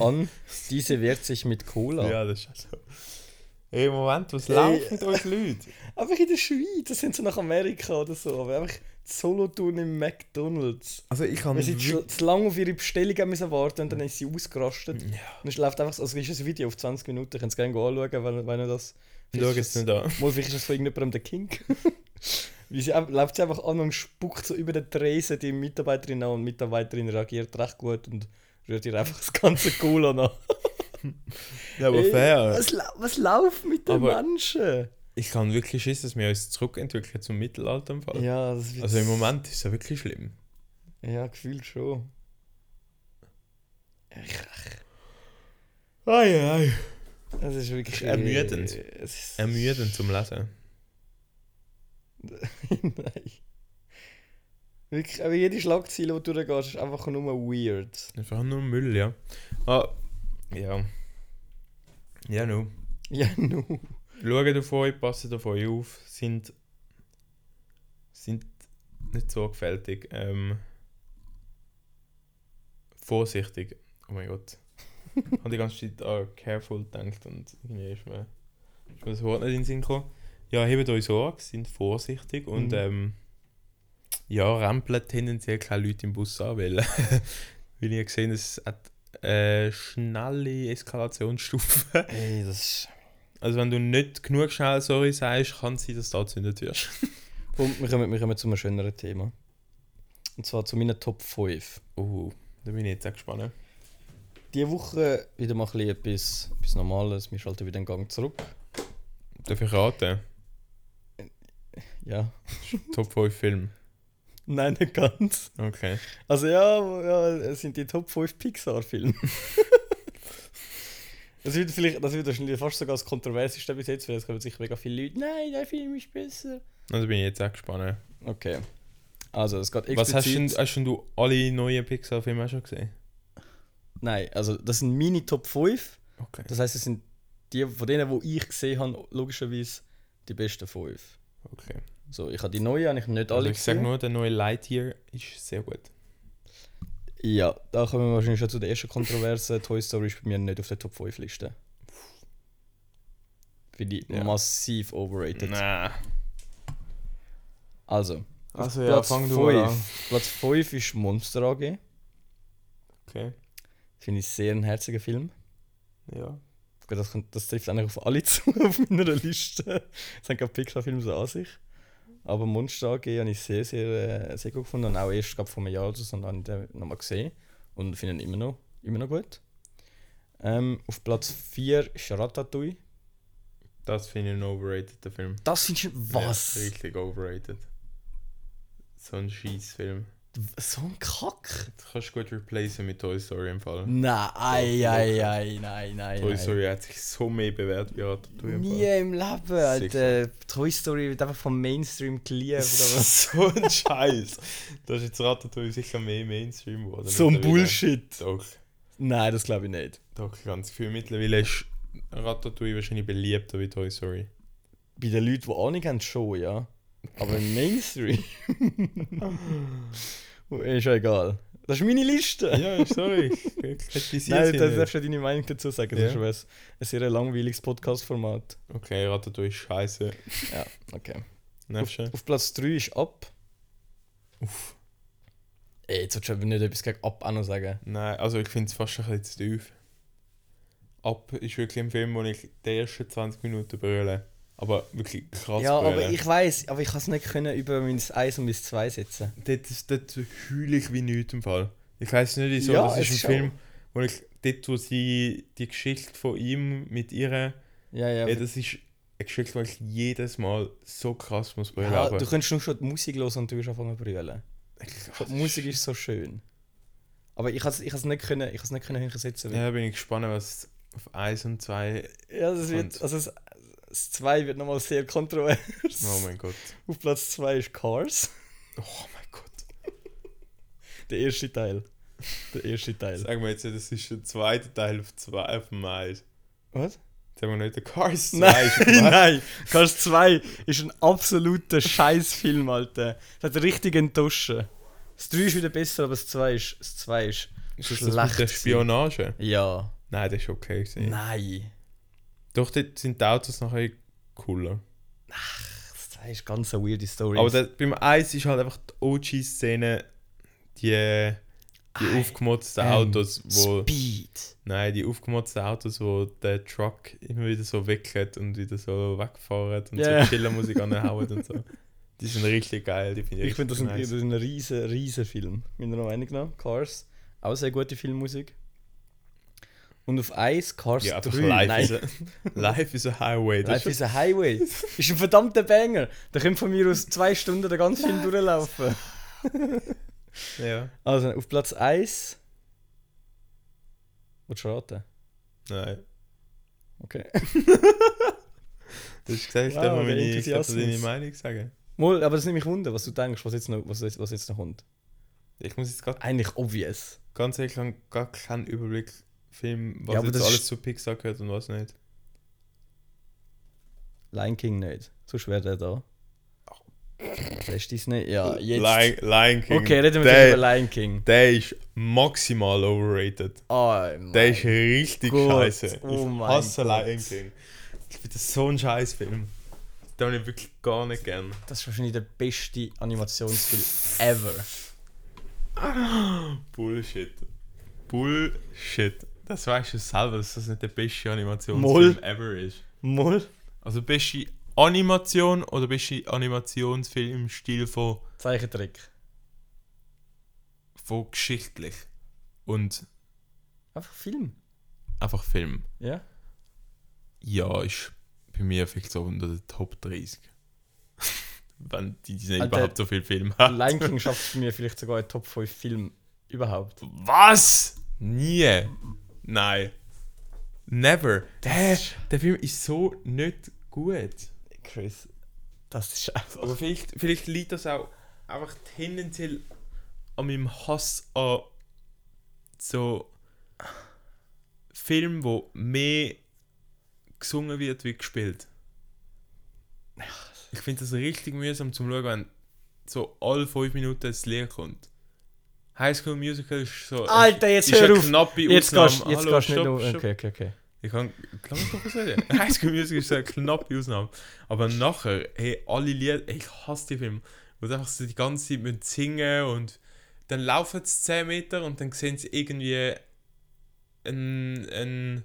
Speaker 2: an, diese wehrt sich mit Cola.
Speaker 1: das ist also... Ey, im Moment, was
Speaker 2: Ey.
Speaker 1: laufen da uns Leute?
Speaker 2: Einfach in der Schweiz, das sind so nach Amerika oder so, aber einfach solo tun im McDonalds.
Speaker 1: Also ich kann...
Speaker 2: Weil sie zu zu lange auf ihre Bestellung haben müssen warten und dann ist sie ausgerastet.
Speaker 1: Ja.
Speaker 2: Und es läuft einfach so, also es ist ein Video auf 20 Minuten, könnt ihr gerne anschauen, wenn, wenn ihr das...
Speaker 1: Schau jetzt nicht an.
Speaker 2: Mal, vielleicht ist das von irgendjemandem der King. Wie sie, ab- läuft sie einfach an und spuckt so über den Tresen die Mitarbeiterin an und die Mitarbeiterin reagiert recht gut und rührt ihr einfach das ganze Cola an.
Speaker 1: Ja, aber
Speaker 2: Ey,
Speaker 1: fair.
Speaker 2: Was, lau- was läuft mit den
Speaker 1: Aber-
Speaker 2: Menschen?
Speaker 1: Ich kann wirklich schissen, dass wir uns zurückentwickeln zum Mittelalter im Fall.
Speaker 2: Ja, das wird
Speaker 1: Also im Moment ist es ja wirklich schlimm.
Speaker 2: Ja, gefühlt schon. Ich-
Speaker 1: Ei, ei.
Speaker 2: Es ist wirklich.
Speaker 1: Ist ermüdend.
Speaker 2: äh, Es ist
Speaker 1: Ermüdend zum Lesen.
Speaker 2: Nein. Wirklich, aber jede Schlagzeile, die du durchgehst, ist einfach nur weird.
Speaker 1: Einfach nur Müll, ja. Ah, ja. Ja, no.
Speaker 2: Ja, no.
Speaker 1: Schaut auf euch, passt auf euch auf, sind, sind nicht sorgfältig. Ähm, vorsichtig. Oh mein Gott. ich habe die ganze Zeit an careful gedacht und irgendwie ist mir, ist mir das Wort nicht in den Sinn gekommen. Ja, hebt euch Sorge, sind vorsichtig und
Speaker 2: Mhm.
Speaker 1: ähm, ja, rempelt tendenziell keine Leute im Bus an, weil, weil ich gesehen es hat äh, schnelle Eskalationsstufen.
Speaker 2: Ey, das ist.
Speaker 1: Also wenn du nicht genug schnell sorry sagst, kann es sein, dass du angezündet wirst.
Speaker 2: Komm, wir kommen, wir kommen zu einem schöneren Thema. Und zwar zu meinen Top 5.
Speaker 1: Oh, da bin ich jetzt auch gespannt.
Speaker 2: Diese Woche wieder mal ein bisschen etwas, etwas Normales. Wir schalten wieder einen Gang zurück.
Speaker 1: Darf ich raten?
Speaker 2: Ja.
Speaker 1: Top 5 Film.
Speaker 2: Nein, nicht ganz.
Speaker 1: Okay.
Speaker 2: Also ja, ja, es sind die Top 5 Pixar-Filme. das wird vielleicht, das wird wahrscheinlich fast sogar das kontroverseste bis jetzt, weil es kommen sicher mega viele Leute. Nein, der Film ist besser.
Speaker 1: Also bin ich jetzt auch gespannt.
Speaker 2: Okay. Also es geht
Speaker 1: Was hast, denn, hast denn du alle neuen Pixar-Filme auch schon gesehen?
Speaker 2: Nein, also das sind meine Top 5.
Speaker 1: Okay.
Speaker 2: Das heißt, es sind die von denen, die ich gesehen habe, logischerweise die besten 5.
Speaker 1: okay.
Speaker 2: So, ich habe die neuen eigentlich nicht alle
Speaker 1: Also ich sage
Speaker 2: gesehen.
Speaker 1: nur, der neue Lightyear ist sehr gut.
Speaker 2: Ja, da kommen wir wahrscheinlich schon zu der ersten Kontroverse. Toy Story ist bei mir nicht auf der Top 5 Liste. Finde ich
Speaker 1: Ja.
Speaker 2: massiv overrated.
Speaker 1: Na.
Speaker 2: Also,
Speaker 1: Also
Speaker 2: Platz, 5. Platz 5 ist Monster AG.
Speaker 1: Okay.
Speaker 2: Finde ich sehr ein herziger Film.
Speaker 1: Ja.
Speaker 2: Gut, Das, kommt, das trifft eigentlich auf alle zu auf meiner Liste. Das sind gerade Pixar-Filme so an sich. Aber Monster AG habe ich sehr, sehr, äh, sehr gut gefunden. Und auch erst glaub, vor einem Jahr oder so habe ich den nochmal gesehen. Und finde ihn immer noch, immer noch gut. Ähm, auf Platz 4 ist Ratatouille.
Speaker 1: Das finde ich ein overrated Film.
Speaker 2: Das findest du. Was?
Speaker 1: Ja, richtig overrated. So ein Scheiß-Film.
Speaker 2: so ein Kack?
Speaker 1: Das kannst du gut replacen mit Toy Story im Fall.
Speaker 2: Nein, ei, ei, ei, nein, nein.
Speaker 1: Toy
Speaker 2: nein.
Speaker 1: Story hat sich so mehr bewährt wie Ratatouille. im Fall.
Speaker 2: Nie im Leben,
Speaker 1: Sicher.
Speaker 2: Alter. Toy Story wird einfach vom Mainstream geliebt.
Speaker 1: Das
Speaker 2: Oder was?
Speaker 1: ist so ein Scheiß. Das ist jetzt Ratatouille sicher mehr Mainstream geworden.
Speaker 2: so ein
Speaker 1: mittlerweile.
Speaker 2: Bullshit.
Speaker 1: Doch,
Speaker 2: Nein, das glaube ich nicht.
Speaker 1: doch, ganz viel. Mittlerweile ist Ratatouille wahrscheinlich beliebter wie Toy Story.
Speaker 2: Bei den Leuten, die Ahnung haben, schon, ja. Aber im Mainstream. ist ja egal. Das ist meine Liste.
Speaker 1: Ja, sorry. Ich kritisiere
Speaker 2: Nein,
Speaker 1: sie
Speaker 2: da
Speaker 1: nicht.
Speaker 2: darfst du deine Meinung dazu sagen. Das
Speaker 1: Ja.
Speaker 2: ist schon ein, ein sehr langweiliges Podcast-Format.
Speaker 1: Okay, Ratatouille ist scheiße.
Speaker 2: Ja, okay.
Speaker 1: Nervst du?
Speaker 2: Auf Platz 3 ist Ab. Uff. Ey, jetzt willst du aber nicht etwas gegen Ab auch noch sagen.
Speaker 1: Nein, also ich finde es fast ein bisschen zu tief. Ab ist wirklich ein Film, wo ich die ersten 20 Minuten brülle. Aber wirklich krass
Speaker 2: ja, aber
Speaker 1: brülle.
Speaker 2: ich weiß, aber ich kann es nicht können über mein 1 und mein 2 setzen.
Speaker 1: Dort, dort heule ich wie nichts im Fall. Ich weiß nicht wieso,
Speaker 2: Ja,
Speaker 1: das ist
Speaker 2: es
Speaker 1: ein
Speaker 2: ist auch-
Speaker 1: Film, wo ich dort, wo sie die Geschichte von ihm mit ihr,
Speaker 2: Ja, ja.
Speaker 1: ey, das ist eine Geschichte, wo ich jedes Mal so krass muss brüllen.
Speaker 2: ja
Speaker 1: aber-
Speaker 2: du könntest nur schon die Musik hören und du wirst anfangen zu brüllen. Die Musik ist so schön. Aber ich has ich has nicht können, ich has nicht können höher setzen.
Speaker 1: Ja, da bin ich gespannt, was auf 1 und 2...
Speaker 2: Ja, das wird,
Speaker 1: Und-
Speaker 2: also das, das 2 wird nochmal sehr kontrovers.
Speaker 1: Oh mein Gott.
Speaker 2: Auf Platz 2 ist Cars.
Speaker 1: Oh mein Gott.
Speaker 2: Der erste Teil. Der erste Teil.
Speaker 1: Sagen wir jetzt, das ist der zweite Teil auf, zwei, auf dem Eis.
Speaker 2: Was?
Speaker 1: Jetzt haben wir nicht den Cars 2
Speaker 2: Nein,
Speaker 1: gemacht.
Speaker 2: nein. Cars 2 ist ein absoluter Scheißfilm, Alter. Das hat richtig enttäuscht. Das 3 ist wieder besser, aber das 2 ist, das 2 ist,
Speaker 1: Ist das das
Speaker 2: schlecht.
Speaker 1: mit der
Speaker 2: gewesen.
Speaker 1: Spionage?
Speaker 2: Ja.
Speaker 1: Nein, das ist okay. gewesen.
Speaker 2: Nein.
Speaker 1: Doch, dort sind die Autos nachher cooler.
Speaker 2: Das 2 ist ganz eine weirde Story.
Speaker 1: Aber das, beim Eis ist halt einfach die OG-Szene, die, die
Speaker 2: Ei,
Speaker 1: aufgemotzten
Speaker 2: ähm,
Speaker 1: Autos, wo...
Speaker 2: Speed.
Speaker 1: Nein, die aufgemotzten Autos, wo der Truck immer wieder so wickelt und wieder so wegfahren und
Speaker 2: Ja.
Speaker 1: so Chillermusik anhauen und so. Die sind richtig geil, die finde ich
Speaker 2: Ich finde, das,
Speaker 1: richtig
Speaker 2: ein- das ist ein riesen, riesen Film. Meiner Meinung nach. Cars. Auch sehr gute Filmmusik. Und auf 1 Cars
Speaker 1: Ja, einfach
Speaker 2: 3.
Speaker 1: live
Speaker 2: Nein.
Speaker 1: ist, a, life is a highway. Das
Speaker 2: Life
Speaker 1: ist
Speaker 2: is a Highway. Ist ein verdammter Banger. Da können von mir aus zwei Stunden den ganzen Film durchlaufen.
Speaker 1: ja.
Speaker 2: Also auf Platz 1. Willst du raten?
Speaker 1: Nein.
Speaker 2: Okay.
Speaker 1: Das ist gesagt, ich
Speaker 2: Wow,
Speaker 1: darf
Speaker 2: der
Speaker 1: mir meine, ich darf dir deine
Speaker 2: Enthusiasmus.
Speaker 1: Meinung sagen.
Speaker 2: Mal, aber es nimmt mich wunder, was du denkst, was jetzt noch, was, jetzt- was jetzt noch kommt.
Speaker 1: Ich muss jetzt grad,
Speaker 2: Eigentlich obvious.
Speaker 1: ganz ehrlich sagen, gar keinen Überblick Film, was
Speaker 2: Ja, aber
Speaker 1: jetzt
Speaker 2: das
Speaker 1: alles
Speaker 2: ist-
Speaker 1: zu Pixar gehört und was nicht.
Speaker 2: Lion King nicht. So schwer der da. Weißt du es nicht? Ja, jetzt.
Speaker 1: Lion, Lion King.
Speaker 2: okay, reden wir
Speaker 1: der,
Speaker 2: jetzt über Lion King.
Speaker 1: Der ist maximal overrated.
Speaker 2: Oh,
Speaker 1: Der ist richtig
Speaker 2: Gott,
Speaker 1: scheiße.
Speaker 2: oh
Speaker 1: ich
Speaker 2: mein
Speaker 1: hasse
Speaker 2: Gott.
Speaker 1: Lion King. Ich finde das so ein scheiß Film. Den habe ich wirklich gar nicht gern.
Speaker 2: das ist wahrscheinlich der beste Animationsfilm ever.
Speaker 1: Bullshit. Bullshit. Das weißt du selber, dass das nicht der beste
Speaker 2: Moll.
Speaker 1: Animationsfilm ever ist.
Speaker 2: Mal?
Speaker 1: Also beste Animation oder beste Animationsfilm im Stil von,
Speaker 2: Zeichentrick.
Speaker 1: von geschichtlich und
Speaker 2: Einfach Film.
Speaker 1: einfach Film.
Speaker 2: Ja.
Speaker 1: Ja, ist bei mir vielleicht so unter den Top 30. Wenn die, die
Speaker 2: Alter,
Speaker 1: überhaupt so viel Film haben.
Speaker 2: Lion King schafft es für mich vielleicht sogar in den Top 5 Film überhaupt.
Speaker 1: Was? Nie. Nein. Never. Der, der Film ist so nicht gut.
Speaker 2: Chris, das ist
Speaker 1: Aber
Speaker 2: einfach.
Speaker 1: Also vielleicht, vielleicht liegt das auch einfach tendenziell an meinem Hass an so Filmen, wo mehr gesungen wird wie gespielt. Ich finde das richtig mühsam zum Schauen, wenn so alle fünf Minuten ein Lied kommt. High School Musical ist so.
Speaker 2: Alter, jetzt
Speaker 1: ist
Speaker 2: hör
Speaker 1: eine
Speaker 2: auf!
Speaker 1: Knappe
Speaker 2: Jetzt
Speaker 1: Ausnahme.
Speaker 2: gehst jetzt
Speaker 1: Hallo,
Speaker 2: gehst nicht
Speaker 1: stopp,
Speaker 2: nur.
Speaker 1: stopp.
Speaker 2: Okay, okay, okay.
Speaker 1: Ich kann, kann man doch was sagen. High School Musical ist so eine knappe Ausnahme. Aber nachher, hey, alle Lieder, ey, ich hasse die Filme, wo sie einfach so die ganze Zeit müssen singen und dann laufen sie 10 Meter und dann sehen sie irgendwie ein, ein,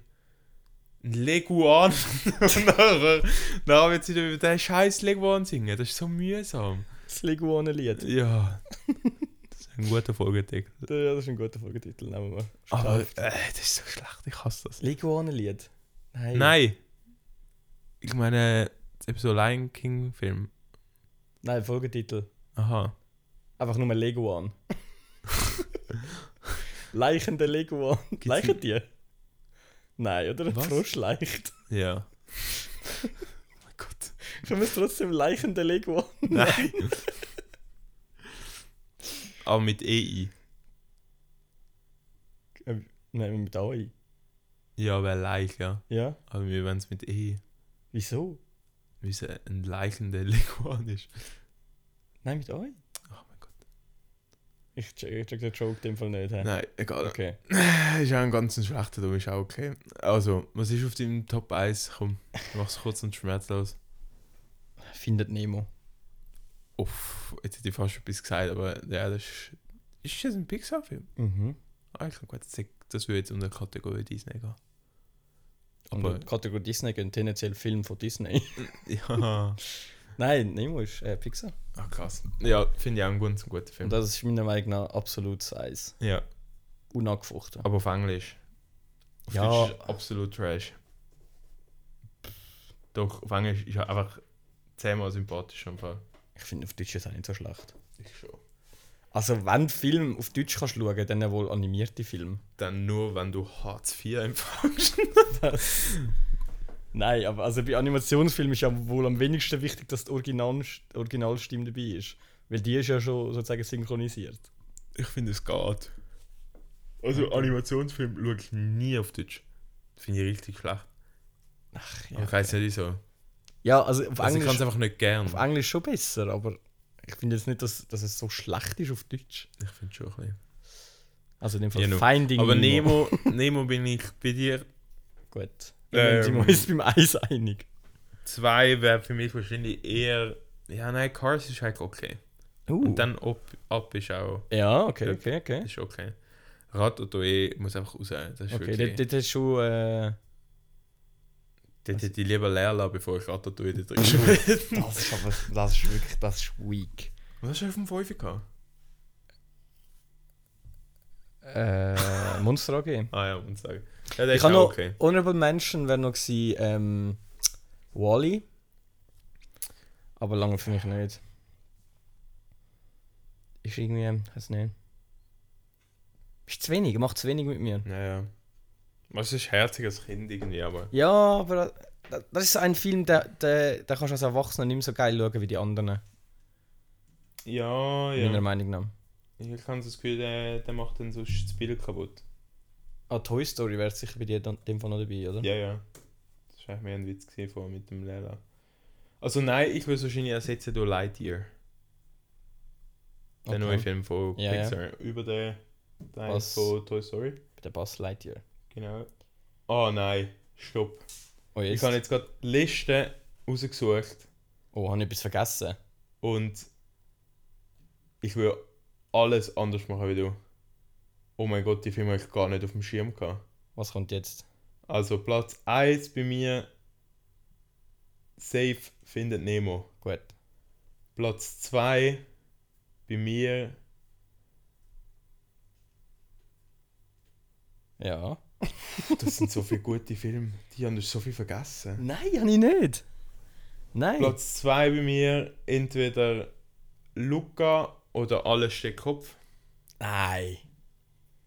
Speaker 1: ein Leguan und nachher, nachher wird sie wieder über den scheiß Leguan singen. Das ist so mühsam.
Speaker 2: Das Leguane-Lied.
Speaker 1: Ja. Das ist ein guter Folgetitel.
Speaker 2: Ja, das ist ein guter Folgetitel, nehmen wir.
Speaker 1: Aber äh, das ist so schlecht, ich hasse das.
Speaker 2: Leguane-Lied? Nein.
Speaker 1: Nein. Ich meine, das Episode Lion King Film.
Speaker 2: Nein, Folgetitel.
Speaker 1: Aha.
Speaker 2: Einfach nur Leguan. Leichende Leguan. Leichen die? Nein, oder?
Speaker 1: Was?
Speaker 2: Frosch leicht.
Speaker 1: Ja. oh mein Gott.
Speaker 2: Können wir es trotzdem leichende Leguan?
Speaker 1: Nein. Aber mit E EI.
Speaker 2: Äh, Nein, mit AI.
Speaker 1: Ja, wäre Leich, ja.
Speaker 2: Ja?
Speaker 1: Aber wir wollen es mit EI.
Speaker 2: Wieso?
Speaker 1: Weil es ein leichender Leguan ist.
Speaker 2: Nein, mit AI.
Speaker 1: Oh mein Gott.
Speaker 2: Ich check, ich check den Joke in dem Fall nicht. hä?
Speaker 1: Nein, egal.
Speaker 2: Okay.
Speaker 1: Ist auch ein ganz schlechter, du bist auch okay. Also, was ist auf deinem Top 1? Komm, mach's kurz und schmerzlos.
Speaker 2: Findet Nemo.
Speaker 1: Uff, jetzt hätte ich fast etwas gesagt, aber ja, das ist. Ist das ein Pixar-Film?
Speaker 2: Mhm.
Speaker 1: Ah, ich glaube, das, das würde jetzt unter Kategorie Disney gehen.
Speaker 2: Aber
Speaker 1: Aber-
Speaker 2: Und die Kategorie Disney gehen tendenziell Film von Disney.
Speaker 1: Ja.
Speaker 2: Nein, Nemo ist äh, Pixar.
Speaker 1: Ah, krass. Ja, finde ich auch einen ganz guten Film.
Speaker 2: Und das ist meiner Meinung nach absolut Eis.
Speaker 1: ja,
Speaker 2: Unangefochten.
Speaker 1: aber auf Englisch. Auf
Speaker 2: Ja.
Speaker 1: Deutsch ist es absolut trash. Doch, auf Englisch ist er einfach zehnmal sympathischer im Fall.
Speaker 2: Ich finde auf Deutsch ist auch nicht so schlecht.
Speaker 1: Ich schon.
Speaker 2: Also wenn du Film auf Deutsch kannst schauen, dann ja wohl animierte Filme.
Speaker 1: Dann nur, wenn du Hartz IV empfängst.
Speaker 2: Nein, aber also bei Animationsfilmen ist ja wohl am wenigsten wichtig, dass die Original Originalstimme dabei ist. Weil die ist ja schon sozusagen synchronisiert.
Speaker 1: Ich finde, es geht. Also, Animationsfilm schaue ich nie auf Deutsch. Finde ich richtig schlecht.
Speaker 2: Ach,
Speaker 1: Aber Ich weiß nicht wieso.
Speaker 2: Ja, also auf
Speaker 1: Also, ich kann
Speaker 2: Englisch,
Speaker 1: es einfach nicht gern.
Speaker 2: auf Englisch schon besser, aber ich finde jetzt nicht, dass, dass es so schlecht ist auf Deutsch.
Speaker 1: Ich finde schon ein bisschen.
Speaker 2: Also in dem Fall
Speaker 1: Genau.
Speaker 2: Finding
Speaker 1: Aber Nemo, Nemo bin ich bei dir.
Speaker 2: Gut.
Speaker 1: Ähm.
Speaker 2: Dann sind wir uns beim Eis einig.
Speaker 1: Zwei wäre für mich wahrscheinlich eher. Ja, nein, Cars ist halt okay.
Speaker 2: Uh.
Speaker 1: Und dann Up, Up ist auch
Speaker 2: ja, okay, okay, okay.
Speaker 1: ist okay. Ratatouille muss einfach raus. Das ist
Speaker 2: Okay,
Speaker 1: wirklich.
Speaker 2: dort, dort hast du schon. Äh,
Speaker 1: Dort hätte ich lieber leer lassen, bevor ich Ratatouille da drin spiele.
Speaker 2: das, ist aber, das ist wirklich das ist weak.
Speaker 1: Was hast du auf dem 5 gehabt?
Speaker 2: Äh, Monster AG.
Speaker 1: Ah ja, muss sagen. Ja, der
Speaker 2: Ich
Speaker 1: ist
Speaker 2: habe
Speaker 1: auch
Speaker 2: noch.
Speaker 1: okay.
Speaker 2: Honorable Mention wäre noch gewesen, ähm, Wally. Aber lange für mich nicht. Ist irgendwie. Weiß nicht. Ist zu wenig, macht zu wenig mit mir.
Speaker 1: Naja. Was ist herzig als Kind irgendwie, aber.
Speaker 2: Ja, aber da- das ist so ein Film, der, der, der kannst du als Erwachsener nicht mehr so geil schauen wie die anderen,
Speaker 1: Ah, Ja,
Speaker 2: meiner
Speaker 1: ja.
Speaker 2: Meinung nach.
Speaker 1: Ich habe so das Gefühl, der, der macht dann sonst das Bild kaputt.
Speaker 2: Ah, Toy Story wäre sicher bei dir dann, dem Fall noch dabei, oder?
Speaker 1: Ja, ja. Das war eigentlich mehr ein Witz gesehen vorher mit dem Lehrer. Also nein, ich würde es wahrscheinlich ersetzen durch Lightyear. Der
Speaker 2: Okay.
Speaker 1: neue Film von
Speaker 2: Ja, ja.
Speaker 1: Pixar. Über den Teil
Speaker 2: Was?
Speaker 1: von Toy Story.
Speaker 2: Der Buzz Lightyear.
Speaker 1: Genau. Oh nein, stopp.
Speaker 2: Oh,
Speaker 1: Ich
Speaker 2: jetzt.
Speaker 1: habe jetzt gerade die Liste rausgesucht
Speaker 2: Oh, habe ich etwas vergessen?
Speaker 1: und ich würde alles anders machen wie du. Oh mein Gott, die Filme habe ich gar nicht auf dem Schirm gehabt.
Speaker 2: Was kommt jetzt?
Speaker 1: Also Platz 1 bei mir Safe findet Nemo.
Speaker 2: Gut.
Speaker 1: Platz 2 bei mir.
Speaker 2: Ja.
Speaker 1: Das sind so viele gute Filme. Die haben so viel vergessen.
Speaker 2: Nein, habe ich nicht. Nein.
Speaker 1: Platz 2 bei mir entweder Luca oder Alles steht Kopf.
Speaker 2: Nein.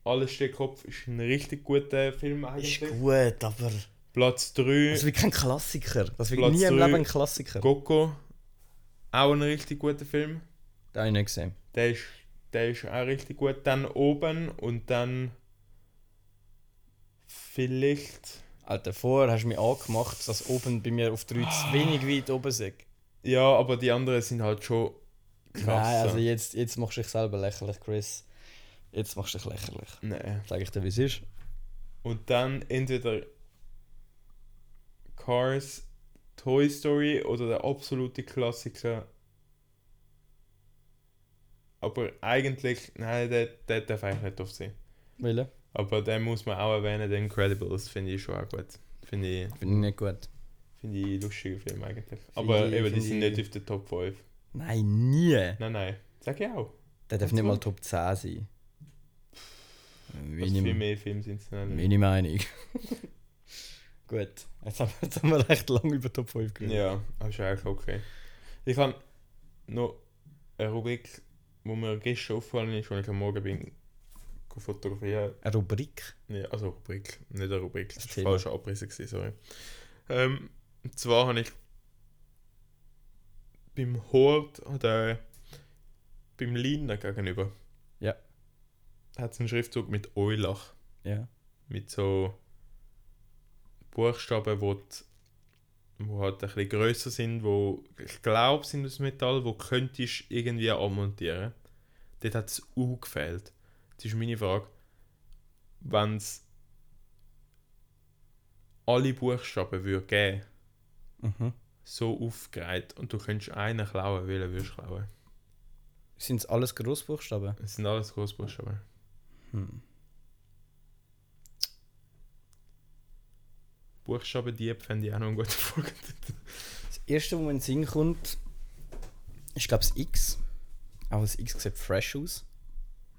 Speaker 1: Alles steht Kopf ist ein richtig guter Film
Speaker 2: Ist Also
Speaker 1: eigentlich.
Speaker 2: gut, aber.
Speaker 1: Platz 3
Speaker 2: Das wird kein Klassiker. Das wird
Speaker 1: Platz
Speaker 2: nie im
Speaker 1: drei.
Speaker 2: Leben ein Klassiker.
Speaker 1: Coco. Auch ein richtig guter Film.
Speaker 2: Den habe ich nicht gesehen.
Speaker 1: Der ist, der ist auch richtig gut. Dann oben und dann vielleicht.
Speaker 2: Alter, vorher hast du mich angemacht, dass oben bei mir auf 3
Speaker 1: Ah.
Speaker 2: zu wenig weit oben sind.
Speaker 1: Ja, aber die anderen sind halt schon krass.
Speaker 2: Nein, also jetzt, jetzt machst du dich selber lächerlich, Chris. Jetzt machst du dich lächerlich.
Speaker 1: Nein.
Speaker 2: Sag ich dir, wie es ist.
Speaker 1: Und dann entweder Cars, Toy Story oder der absolute Klassiker. Aber eigentlich, nein, der, der darf eigentlich nicht drauf sein.
Speaker 2: Wille?
Speaker 1: Aber den muss man auch erwähnen, den Incredibles finde ich schon auch gut. Finde ich,
Speaker 2: Finde ich nicht gut.
Speaker 1: finde ich lustige Film eigentlich. Aber
Speaker 2: ich-
Speaker 1: eben, die
Speaker 2: finde
Speaker 1: sind
Speaker 2: ich-
Speaker 1: nicht auf der Top 5.
Speaker 2: Nein, nie.
Speaker 1: Nein, nein, sag ich auch.
Speaker 2: Der darf nicht mal Top 10 sein.
Speaker 1: Was viel
Speaker 2: Meine,
Speaker 1: mehr Filme sind es nicht.
Speaker 2: meine Meinung. Ähm, Gut, jetzt haben, wir- jetzt haben wir recht lange über Top 5 geredet.
Speaker 1: Ja, das ist eigentlich okay. Ich habe noch eine Rubrik, wo mir gestern aufgefallen ist, als ich am Morgen bin, go fotografieren.
Speaker 2: Eine Rubrik.
Speaker 1: Ja, also Rubrik, nicht eine Rubrik. Das
Speaker 2: Das
Speaker 1: war
Speaker 2: Thema.
Speaker 1: falsche Abrisse, gewesen, sorry. Ähm, und zwar habe ich beim Hort oder beim Liner gegenüber.
Speaker 2: Ja.
Speaker 1: Hat es einen Schriftzug mit Eulach
Speaker 2: Ja.
Speaker 1: mit so Buchstaben, wo, die, wo halt ein bisschen grösser sind, wo ich glaube sind aus Metall, wo könntest du irgendwie abmontieren. Dort hat es auch gefehlt. Jetzt ist meine Frage, wenn es alle Buchstaben würde geben,
Speaker 2: Mhm.
Speaker 1: so aufgereiht und du könntest einen klauen, welchen würdest du klauen?
Speaker 2: Sind es alles Großbuchstaben?
Speaker 1: Es sind alles Großbuchstaben.
Speaker 2: Hm.
Speaker 1: Buchstabendieb fände ich auch noch eine gute Frage.
Speaker 2: Das erste, was mir in den Sinn kommt, ist, glaube ich, das X. Aber das X sieht fresh aus.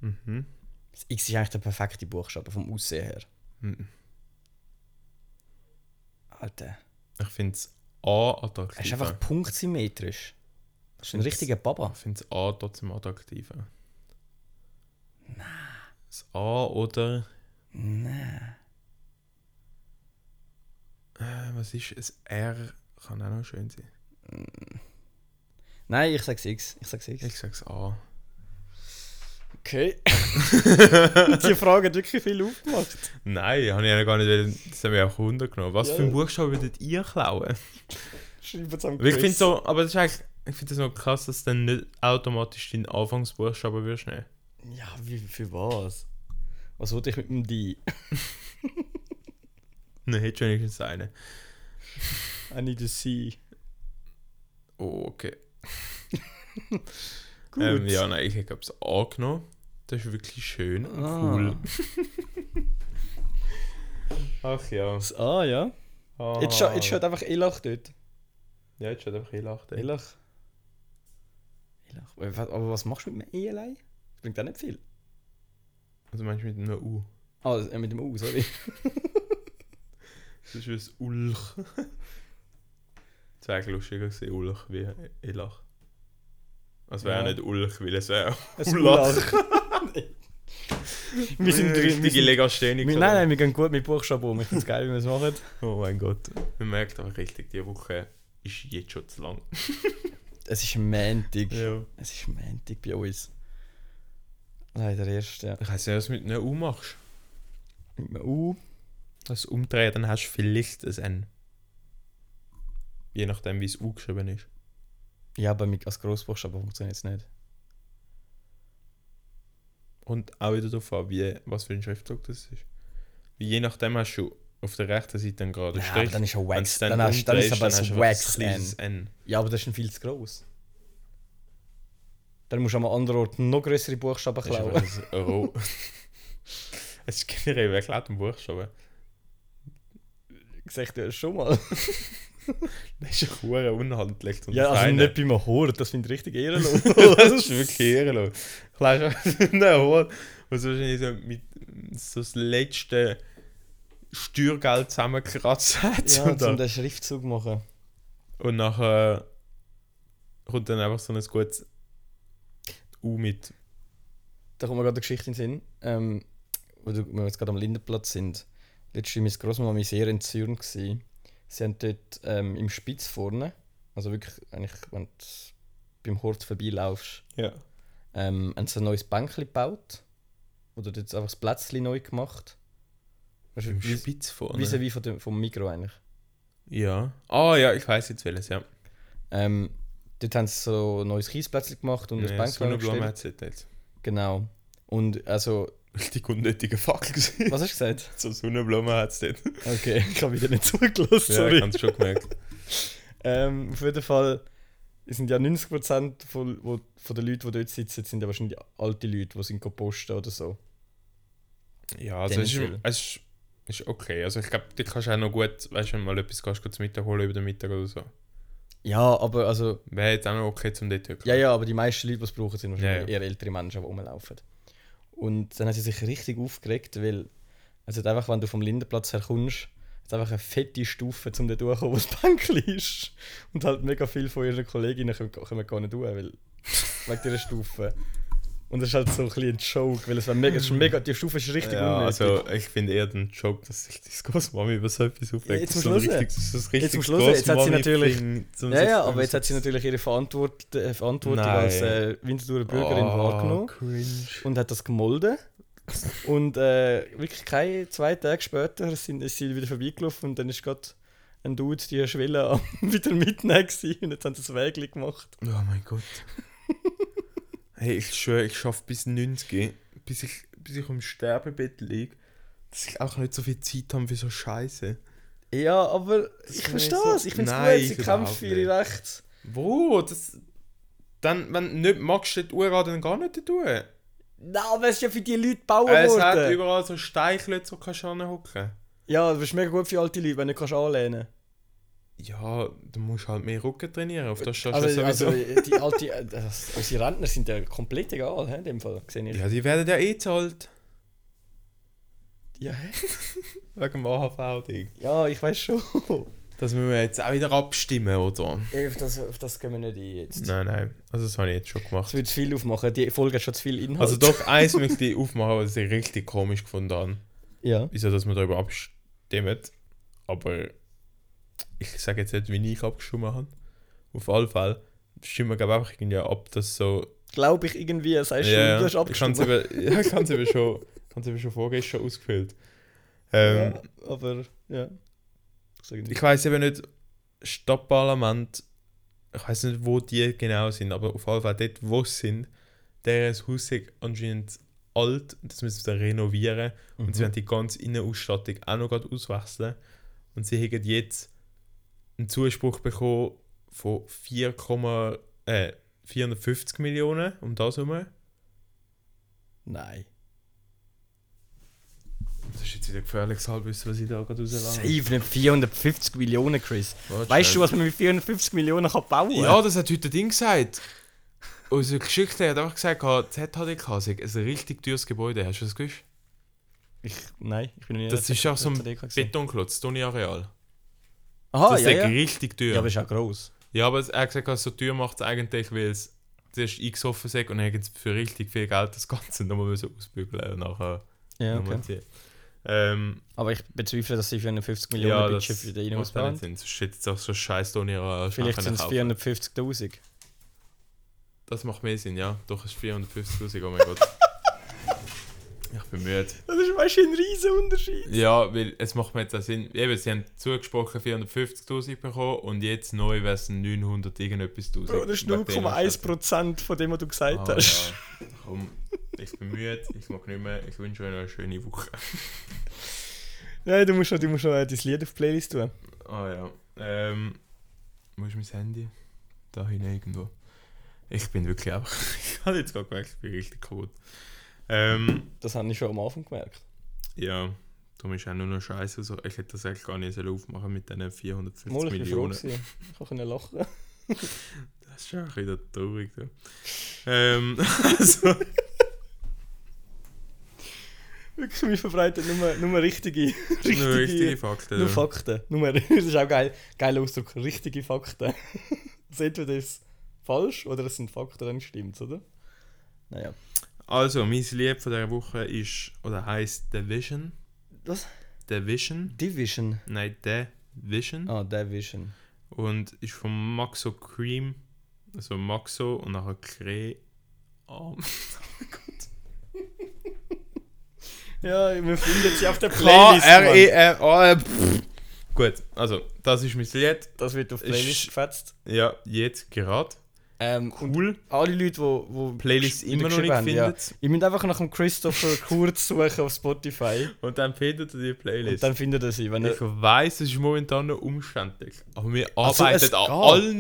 Speaker 1: mhm.
Speaker 2: Das X ist eigentlich der perfekte Buchstabe vom Aussehen her.
Speaker 1: Mhm.
Speaker 2: Alter.
Speaker 1: Ich finde es A
Speaker 2: Er ist
Speaker 1: attraktiver.
Speaker 2: einfach punktsymmetrisch. Das ist ein richtiger Baba.
Speaker 1: Ich finde das A trotzdem attraktiver. Nein. Das A oder.
Speaker 2: Nein.
Speaker 1: Äh, was ist es? R kann auch noch schön sein.
Speaker 2: Nein, ich sag's X. Ich sag's X.
Speaker 1: Ich sag's A.
Speaker 2: Okay. Die Frage hat wirklich viel aufgemacht.
Speaker 1: Nein, habe ich ja gar nicht. wollen. Das haben wir auch 100 genommen. Was
Speaker 2: Ja,
Speaker 1: für ein
Speaker 2: ja.
Speaker 1: Buchstaben würdet ihr klauen?
Speaker 2: Schreiben am
Speaker 1: Weil ich finde so, aber das ist eigentlich. Ich finde das noch krass, dass du dann nicht automatisch deinen Anfangsbuchstaben würdest nehmen.
Speaker 2: Ja, wie, für was? Was wollte ich mit dem Die?
Speaker 1: Dann hättest du wenigstens einen.
Speaker 2: I need a C.
Speaker 1: Oh, okay.
Speaker 2: Gut.
Speaker 1: Ähm, ja, nein, ich habe es angenommen. Das ist wirklich schön und
Speaker 2: Ah.
Speaker 1: cool. Ach ja.
Speaker 2: Das A, ja.
Speaker 1: Ah.
Speaker 2: Jetzt, scha jetzt schaut einfach Elach dort.
Speaker 1: Ja, jetzt schaut einfach Elach. da.
Speaker 2: Elach. Elach. Aber was- Aber was machst du mit dem E allein? Das bringt auch nicht viel.
Speaker 1: Also meinst du mit einem U?
Speaker 2: Ah, das- äh, mit dem U, sorry.
Speaker 1: Das ist wie ein Ulch. Das wäre eigentlich lustiger gewesen, Ulch wie Elach. Es wäre
Speaker 2: Ja.
Speaker 1: auch nicht Ulch, weil es wäre
Speaker 2: Ein
Speaker 1: Ulach.
Speaker 2: wir sind drin. Wir
Speaker 1: richtige
Speaker 2: sind, wir,
Speaker 1: Legastheniker.
Speaker 2: nein, nein, wir gehen gut mit Buchstaben um. Ich finde es geil, wie wir es machen.
Speaker 1: Oh mein Gott. Man merkt aber richtig, die Woche ist jetzt schon zu lang.
Speaker 2: Es ist Mantic.
Speaker 1: Ja.
Speaker 2: Es ist Mantic bei uns. Leider erst, ja.
Speaker 1: Ich weiss nicht, was du mit einem U machst.
Speaker 2: Mit dem U.
Speaker 1: Das umdrehen, dann hast du vielleicht ein N. Je nachdem, wie es U geschrieben ist.
Speaker 2: Ja, aber mit als Großbuchstaben funktioniert es nicht.
Speaker 1: Und auch wieder darauf an, wie, was für ein Schriftzug das ist. Weil je nachdem hast du auf der rechten Seite dann gerade einen
Speaker 2: Ja, aber
Speaker 1: Strich.
Speaker 2: dann ist ja
Speaker 1: Wenn's
Speaker 2: Wax. Dann, hast, dann ist
Speaker 1: umdrehst,
Speaker 2: aber
Speaker 1: hast
Speaker 2: ein
Speaker 1: du einfach
Speaker 2: Wax
Speaker 1: ein
Speaker 2: N.
Speaker 1: kleines N.
Speaker 2: Ja, aber das ist dann viel zu groß. Dann musst du an einem anderen Ort noch größere Buchstaben
Speaker 1: Das ist
Speaker 2: klauen.
Speaker 1: einfach ein Ro. Es ist generell wer klaut einen Buchstaben.
Speaker 2: Gesagt, ja, schon mal.
Speaker 1: Das ist ja hure unhandlich. und
Speaker 2: Ja, also
Speaker 1: fein.
Speaker 2: nicht bei einem Hort, das finde ich richtig ehrenlos.
Speaker 1: das ist wirklich ehrenlos. Klaust einfach einen Hut, was wahrscheinlich so mit so das letzte Steuergeld zusammengekratzt hat.
Speaker 2: ja,
Speaker 1: und,
Speaker 2: um
Speaker 1: dann,
Speaker 2: den Schriftzug machen.
Speaker 1: und nachher kommt dann einfach so ein gutes U mit
Speaker 2: Da kommt mir gerade eine Geschichte in den Sinn, ähm, wo du, wo wir jetzt gerade am Lindenplatz sind. Letztes Jahr war meine Großmama sehr entzürnt. Gewesen. Sie haben dort ähm, im Spitz vorne, also wirklich, eigentlich, wenn du beim Hort vorbeilaufst,
Speaker 1: Ja.
Speaker 2: ähm, haben sie ein neues Bänkchen gebaut. Oder jetzt einfach das Plätzchen neu gemacht. Weißt du, wie-
Speaker 1: Spitz vorne.
Speaker 2: Vis-à-vis von dem, vom Mikro eigentlich.
Speaker 1: Ja. Ah ja, ich weiß jetzt welches, ja.
Speaker 2: Ähm, dort haben sie so ein neues Kiesplätzchen gemacht und
Speaker 1: Ja,
Speaker 2: ein Bänkchen
Speaker 1: Sonnenblumen
Speaker 2: aufgestellt.
Speaker 1: hat es jetzt.
Speaker 2: Genau. Und also,
Speaker 1: Richtig unnötige Fackel gesehen.
Speaker 2: was hast du gesagt?
Speaker 1: So Sonnenblumen hat es dort.
Speaker 2: Okay, ich habe wieder nicht zugelassen,
Speaker 1: Ja,
Speaker 2: sorry.
Speaker 1: ich habe es schon gemerkt.
Speaker 2: Ähm, auf jeden Fall es sind ja 90% von, wo, von den Leuten, die dort sitzen, sind ja wahrscheinlich alte Leute, die sind go posten oder so.
Speaker 1: Ja, also es ist,
Speaker 2: Tendenziell.
Speaker 1: es ist, es ist okay. Also ich glaube, du kannst auch noch gut, weißt du, wenn du mal etwas kannst, kurz Mittag holen über den Mittag oder so.
Speaker 2: Ja, aber also.
Speaker 1: Wäre jetzt auch noch okay zum dort hocken.
Speaker 2: Ja, ja, aber die meisten Leute, die es brauchen, sind wahrscheinlich
Speaker 1: Ja,
Speaker 2: eher ältere Menschen, die rumlaufen. Und dann hat sie sich richtig aufgeregt, weil es hat einfach, wenn du vom Lindenplatz her kommst, hat einfach eine fette Stufe, um da durchzukommen, wo das Bänkli ist. Und halt mega viele von ihren Kolleginnen können, können gar nicht durch, weil wegen dieser Stufe. Und das ist halt so ein bisschen ein Joke, weil es war mega, es ist mega, die Stufe ist richtig
Speaker 1: Ja,
Speaker 2: unnötig.
Speaker 1: also ich finde eher den Joke, dass sich die Großmami über so etwas aufregt.
Speaker 2: jetzt
Speaker 1: Das ist
Speaker 2: musst
Speaker 1: so
Speaker 2: du
Speaker 1: ein
Speaker 2: hören.
Speaker 1: richtig, das ist ein
Speaker 2: Jetzt
Speaker 1: richtig
Speaker 2: musst du hören. Jetzt hat sie natürlich-
Speaker 1: Großmami-Ding, zum
Speaker 2: Ja,
Speaker 1: sich-
Speaker 2: ja, aber jetzt hat sie natürlich ihre Verantwort äh, Verantwortung
Speaker 1: Nein.
Speaker 2: als äh, Winterthurer Bürgerin
Speaker 1: Oh,
Speaker 2: wahrgenommen
Speaker 1: Cringe.
Speaker 2: und hat das gemolden. und äh, wirklich keine zwei Tage später sind, ist sie wieder vorbeigelaufen und dann ist gerade ein Dude die Schwelle am- wieder mitnehmen gewesen. und jetzt haben sie das Weg gemacht.
Speaker 1: Oh mein Gott. Oh Hey, ich schwöre, ich schaffe bis 90, bis ich, bis ich im Sterbebett liege, dass ich auch nicht so viel Zeit habe für so Scheiße.
Speaker 2: Ja, aber ich
Speaker 1: kann
Speaker 2: verstehe
Speaker 1: ich so-
Speaker 2: es. Ich finde
Speaker 1: Nein,
Speaker 2: es gut, sie
Speaker 1: überhaupt
Speaker 2: kämpft für ihre Rechte.
Speaker 1: Wo? Das, dann, wenn du nicht magst, die Uhr an, dann gar nicht tun. Äh,
Speaker 2: Nein, aber es ist ja für die Leute gebaut
Speaker 1: Es hat
Speaker 2: worden.
Speaker 1: überall so Steichlötze, wo kannst du anhocken.
Speaker 2: Ja, das ist mega gut für alte Leute, wenn du kannst anlehnen
Speaker 1: Ja, du musst halt mehr Rücken trainieren, auf das stehst du
Speaker 2: kannst. Also,
Speaker 1: sowieso.
Speaker 2: also die alte, äh, das- unsere Rentner sind ja komplett egal, hä, in dem Fall, sehe ich.
Speaker 1: ja, die werden ja eh zahlt.
Speaker 2: Ja, hä?
Speaker 1: Wegen dem AHV-Ding.
Speaker 2: ja ich weiß schon.
Speaker 1: Das müssen wir jetzt auch wieder abstimmen, oder?
Speaker 2: Ey, auf, das, auf das gehen wir nicht ein jetzt.
Speaker 1: Nein, nein. Also das habe ich jetzt schon
Speaker 2: Es
Speaker 1: gemacht.
Speaker 2: wird halt zu viel aufmachen, die Folge hat schon zu viel Inhalt.
Speaker 1: Also doch, eins möchte ich aufmachen, was ich richtig komisch gefunden habe.
Speaker 2: Ja.
Speaker 1: Ist ja, dass wir darüber abstimmen. Aber ich sage jetzt nicht, wie ich abgestimmt habe. Auf alle Fälle stimmen wir glaube ich einfach irgendwie ab, dass so...
Speaker 2: Glaube ich irgendwie, sagst du,
Speaker 1: Ja,
Speaker 2: du hast
Speaker 1: ja, ich kann
Speaker 2: abgestimmt.
Speaker 1: es eben, ja, ich kann's eben schon, kann's eben schon vorgestern ausgefüllt. Ähm,
Speaker 2: Ja, aber, ja. Ich sag nicht.
Speaker 1: Ich weiß eben nicht, Stadtparlament, ich weiß nicht, wo die genau sind, aber auf jeden Fall dort, wo sie sind, deren Haus ist anscheinend alt, das müssen sie dann renovieren und sie werden die ganze Innenausstattung auch noch gerade auswechseln. Und sie haben jetzt einen Zuspruch bekommen von 4, äh, 450 Millionen, um das herum.
Speaker 2: Nein.
Speaker 1: Das ist jetzt wieder gefährliches Halbwissen, was ich da gerade
Speaker 2: Safe
Speaker 1: rauslasse.
Speaker 2: nicht 450 Millionen, Chris. Weißt du, was man mit 450 Millionen kann bauen kann?
Speaker 1: Ja, das hat heute Ding gesagt. Unser Geschichte hat einfach gesagt, ah, gehabt, ZHDK sei ein richtig teures Gebäude. Hast du das gewusst?
Speaker 2: Ich, nein, ich bin noch nie.
Speaker 1: Das ist auch so ein
Speaker 2: Bit.
Speaker 1: Betonklotz, Toni Areal.
Speaker 2: Aha,
Speaker 1: das
Speaker 2: ja,
Speaker 1: ist
Speaker 2: ja.
Speaker 1: richtig teuer.
Speaker 2: ja, aber ist auch gross.
Speaker 1: Ja, aber er hat gesagt, dass es so teuer macht es eigentlich, weil es zuerst eingesoffen ist und dann gibt es für richtig viel Geld das Ganze nochmal müssen ausbügeln und nachher
Speaker 2: Ja,
Speaker 1: nochmal
Speaker 2: okay.
Speaker 1: ziehen. Ähm,
Speaker 2: Aber ich bezweifle, dass sie 450 Millionen
Speaker 1: ja, das
Speaker 2: Budget für den
Speaker 1: macht auch
Speaker 2: Inhouse
Speaker 1: nicht Sinn. Sonst hätte es auch so scheiß Toni Areal schnell
Speaker 2: Vielleicht sind
Speaker 1: können
Speaker 2: es
Speaker 1: kaufen.
Speaker 2: 450.000.
Speaker 1: Das macht mehr Sinn, ja. Doch, es ist 450'000, oh mein Gott. Ich bin müde.
Speaker 2: Das ist, weißt du, ein riesen Unterschied.
Speaker 1: Ja, weil es macht mir jetzt auch Sinn. Eben, sie haben zugesprochen 450.000 bekommen und jetzt neu wäre es 900 irgendetwas 1000.
Speaker 2: Bro, das ist 0,1% von dem, was du gesagt
Speaker 1: Ah,
Speaker 2: hast.
Speaker 1: ja. Komm, ich bin müde, ich mag nicht mehr, ich wünsche euch noch eine schöne Woche.
Speaker 2: Nein, du musst schon, du musst schon äh, dein Lied auf die Playlist tun.
Speaker 1: Ah ja. Ähm, wo ist mein Handy? Da hinein irgendwo. Ich bin wirklich einfach. ich habe jetzt gerade gemerkt, ich bin richtig kaputt. Ähm,
Speaker 2: Das habe ich schon am Anfang gemerkt.
Speaker 1: ja, darum ist auch nur noch Scheiße. raus. Ich hätte das eigentlich gar nicht sollen aufmachen mit diesen 450
Speaker 2: Mal, ich bin froh
Speaker 1: Millionen.
Speaker 2: gewesen. Ich konnte lachen.
Speaker 1: Das ist ja auch wieder traurig. Du. Ähm, also,
Speaker 2: Wirklich, wir verbreiten nur, nur richtige, richtige,
Speaker 1: nur richtige Fakten.
Speaker 2: nur
Speaker 1: du.
Speaker 2: Fakten. Nur, das ist auch geil, geiler Ausdruck, richtige Fakten. also entweder ist es falsch oder es sind Fakten, dann stimmt oder? Naja.
Speaker 1: Also, mein Lied von dieser Woche ist, oder heisst The Vision.
Speaker 2: Was?
Speaker 1: The Vision?
Speaker 2: Division.
Speaker 1: Nein, The Vision.
Speaker 2: Ah, Division.
Speaker 1: Und ist von Maxo Cream. Also Maxo und nachher Cre. Oh,
Speaker 2: Ja, wir finden sie auf der Playlist. Mann.
Speaker 1: K-R-E-R-A. pff. Gut, also, das ist mein Lied.
Speaker 2: Das wird auf die Playlist
Speaker 1: Ist-
Speaker 2: gefetzt.
Speaker 1: Ja, jetzt gerade.
Speaker 2: Ähm, und
Speaker 1: Cool.
Speaker 2: alle Leute, die wo, wo
Speaker 1: Playlist
Speaker 2: wieder
Speaker 1: immer noch
Speaker 2: geschrieben
Speaker 1: nicht
Speaker 2: haben, Ja.
Speaker 1: findet.
Speaker 2: Ihr müsst einfach nach dem Christopher Kurz suchen auf Spotify.
Speaker 1: Und dann findet ihr die Playlist.
Speaker 2: Und dann findet ihr sie. Wenn ihr,
Speaker 1: Ich weiß, es ist momentan noch umständlich, aber wir
Speaker 2: Also,
Speaker 1: arbeiten
Speaker 2: es
Speaker 1: an
Speaker 2: geht.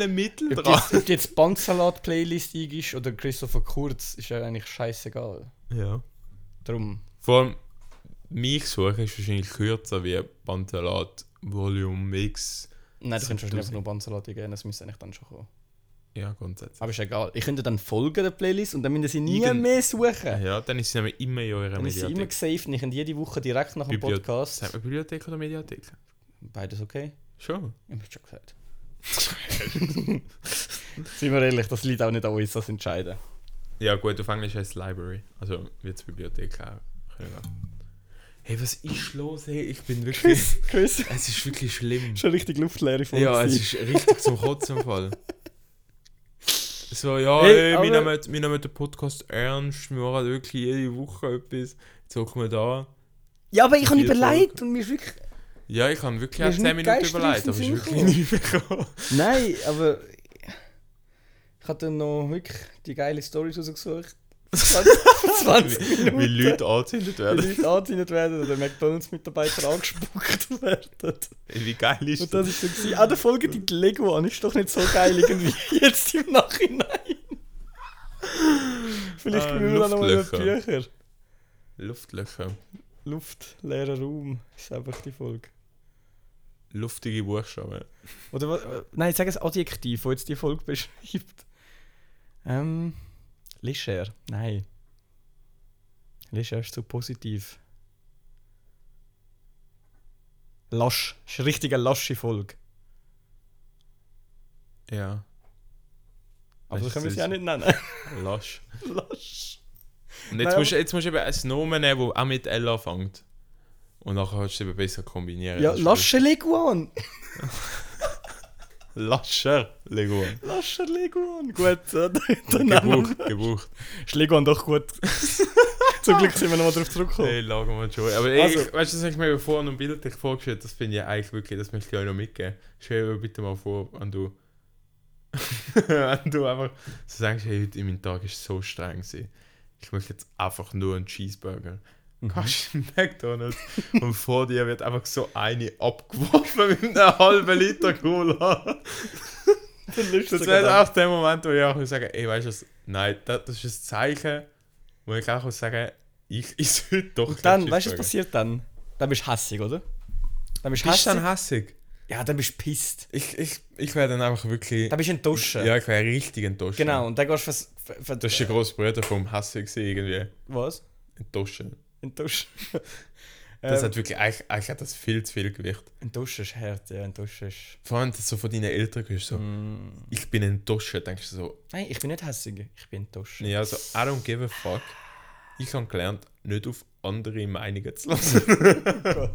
Speaker 1: allen Mitteln
Speaker 2: ob, du
Speaker 1: dran.
Speaker 2: jetzt, ob du jetzt Bandsalat-Playlist eingibst oder Christopher Kurz, ist ja eigentlich scheißegal.
Speaker 1: Ja.
Speaker 2: Drum.
Speaker 1: Vor allem, mich suchen ist wahrscheinlich kürzer wie Pantelat Volume Mix.
Speaker 2: Nein, das könntest du
Speaker 1: Das-
Speaker 2: einfach nur Bandsalat eingeben, das müsste eigentlich dann schon kommen.
Speaker 1: Ja, grundsätzlich.
Speaker 2: Aber ist egal. Ich könnte dann folgen der Playlist und dann müssen sie nie
Speaker 1: Irgend-
Speaker 2: mehr suchen.
Speaker 1: Ja, Äh. dann ist sie nämlich immer in eurer
Speaker 2: Dann ist sie immer
Speaker 1: Mediathek.
Speaker 2: gesaved und ich könnte jede Woche direkt nach dem
Speaker 1: Bibliothe-
Speaker 2: Podcast.
Speaker 1: Sagt man Bibliothek oder Mediathek?
Speaker 2: Beides okay?
Speaker 1: Schon.
Speaker 2: Ich hab's schon gesagt. Seien wir ehrlich, das liegt auch nicht an uns, das entscheiden.
Speaker 1: Ja, gut, auf Englisch heißt es Library. Also wird es Bibliothek auch. können wir. Hey, was ist los? Hey, ich bin wirklich.
Speaker 2: Chris, Chris,
Speaker 1: es ist wirklich schlimm.
Speaker 2: schon richtig luftleere Folge.
Speaker 1: Ja, es
Speaker 2: gewesen.
Speaker 1: ist richtig zum Kotzen im Fall. So, ja,
Speaker 2: Hey,
Speaker 1: ey, wir,
Speaker 2: aber-
Speaker 1: nehmen, wir nehmen den Podcast ernst, wir machen wirklich jede Woche etwas. Jetzt hocken wir da.
Speaker 2: ja aber ich habe
Speaker 1: Vier
Speaker 2: überlegt und mir ist wirklich.
Speaker 1: Ja, ich habe wirklich
Speaker 2: Mir
Speaker 1: auch
Speaker 2: ist
Speaker 1: 10
Speaker 2: nicht
Speaker 1: Minuten überlegt,
Speaker 2: geistreich in
Speaker 1: aber es
Speaker 2: den
Speaker 1: ist
Speaker 2: Sinn
Speaker 1: wirklich nicht gekommen.
Speaker 2: Nein, aber. Ich habe dann noch wirklich die geile Stories rausgesucht. 20
Speaker 1: Wie, wie Leute angezündet
Speaker 2: Wie
Speaker 1: werden.
Speaker 2: Leute angezündet werden oder McDonalds-Mitarbeiter angespuckt werden.
Speaker 1: Wie geil ist
Speaker 2: Und
Speaker 1: das?
Speaker 2: das ist so gewesen. Ah, Auch der Folgetitel Lego an ist doch nicht so geil irgendwie jetzt im Nachhinein. Vielleicht
Speaker 1: Ah,
Speaker 2: können wir da nochmal über
Speaker 1: Luftlöcher.
Speaker 2: Bücher.
Speaker 1: Luftlöcher.
Speaker 2: Luft, leerer Raum ist einfach die Folge.
Speaker 1: Luftige Buchstaben.
Speaker 2: Oder was? äh, Nein, sag ein Adjektiv, das jetzt die Folge beschreibt. Ähm. Leger. Nein. Leger ist zu positiv. Lasch. Ist eine richtige lasche Folge.
Speaker 1: Ja. Das
Speaker 2: Aber
Speaker 1: ist
Speaker 2: so Also können wir sie
Speaker 1: süß.
Speaker 2: auch nicht nennen.
Speaker 1: Lasch.
Speaker 2: lasch.
Speaker 1: Und jetzt,
Speaker 2: Nein,
Speaker 1: musst, jetzt musst du eben ein Nomen nehmen, das auch mit L anfängt. Und nachher kannst du es eben besser kombinieren.
Speaker 2: Ja,
Speaker 1: Das ist
Speaker 2: lasche Leguan.
Speaker 1: gut. Lascher. Leguan.
Speaker 2: Lascher Leguan. Gut, äh, der Name.
Speaker 1: Gebucht, gebucht.
Speaker 2: Ist Leguan doch gut. Zum Glück sind wir nochmal drauf zurückgekommen.
Speaker 1: Hey, lagen wir schon. Aber
Speaker 2: Also-
Speaker 1: ich, weißt du, das habe ich mir vor und bildlich vorgestellt, das finde ich eigentlich wirklich, das möchte ich euch noch mitgeben. Stell dir bitte mal vor, wenn du, wenn du einfach so sagst, hey, heute in meinem Tag ist so streng gewesen. Ich möchte jetzt einfach nur einen Cheeseburger.
Speaker 2: Mhm.
Speaker 1: Kannst du in McDonalds und vor dir wird einfach so eine abgeworfen mit einem halben Liter Cola.
Speaker 2: Dann löscht
Speaker 1: Das
Speaker 2: sie
Speaker 1: wäre
Speaker 2: gerade
Speaker 1: auch der Moment, wo ich auch sagen ey, weißt du was, nein, das, das ist ein Zeichen, wo ich auch sagen ich ist heute doch
Speaker 2: ab. Dann,
Speaker 1: kein
Speaker 2: weißt du, was
Speaker 1: Cheeseburger.
Speaker 2: passiert dann? Dann bist du hässig, oder? Dann bist du
Speaker 1: Bist
Speaker 2: hässig.
Speaker 1: du dann hässig?
Speaker 2: ja, dann bist du pisst.
Speaker 1: Ich, ich, ich wäre dann einfach wirklich.
Speaker 2: Dann bist du enttäuscht.
Speaker 1: ja, ich wäre richtig enttäuscht.
Speaker 2: Genau, und dann gehst du vers. ver- ver-
Speaker 1: Das ist der grosse Bruder vom Hassig gewesen, irgendwie.
Speaker 2: Was?
Speaker 1: Enttäuscht.
Speaker 2: Enttäuscht.
Speaker 1: Das
Speaker 2: ähm,
Speaker 1: hat wirklich, eigentlich, eigentlich hat das viel zu viel Gewicht.
Speaker 2: enttäuscht ist hart, ja, enttäuscht ist.
Speaker 1: Vor allem, dass du von deinen Eltern hörst, so,
Speaker 2: Mm.
Speaker 1: ich bin enttäuscht, denkst du so,
Speaker 2: Nein, ich bin nicht hässig, ich bin enttäuscht.
Speaker 1: nee, also, I don't give a fuck. Ich habe gelernt, nicht auf andere Meinungen zu lassen.
Speaker 2: Gott.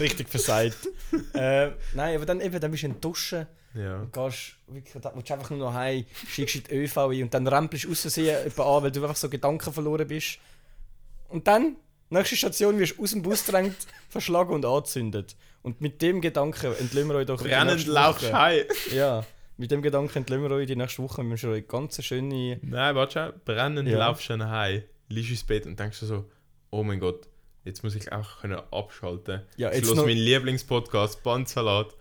Speaker 2: Richtig versagt. äh, nein, aber dann eben, dann bist du enttäuscht.
Speaker 1: ja.
Speaker 2: gehst wirklich, da willst du einfach nur noch heim, schickst in die ÖV ein und dann rempelst du aussehen jemanden an, weil du einfach so Gedanken verloren bist. Und dann, nächste Station, wirst du aus dem Bus gedrängt, verschlagen und angezündet. Und mit dem Gedanken entlehnen wir euch doch in die
Speaker 1: Brennend
Speaker 2: nächste
Speaker 1: laufst
Speaker 2: Woche.
Speaker 1: heim.
Speaker 2: Ja, mit dem Gedanken entlehnen wir euch die nächste Woche. Wir wünschen euch ganz schöne...
Speaker 1: Nein, warte schon. Brennend
Speaker 2: Ja.
Speaker 1: laufst du heim, liegst ins Bett und denkst dir so, oh mein Gott, jetzt muss ich auch können abschalten.
Speaker 2: Ja,
Speaker 1: jetzt
Speaker 2: jetzt
Speaker 1: los
Speaker 2: noch-
Speaker 1: mein Lieblingspodcast, Bandsalat.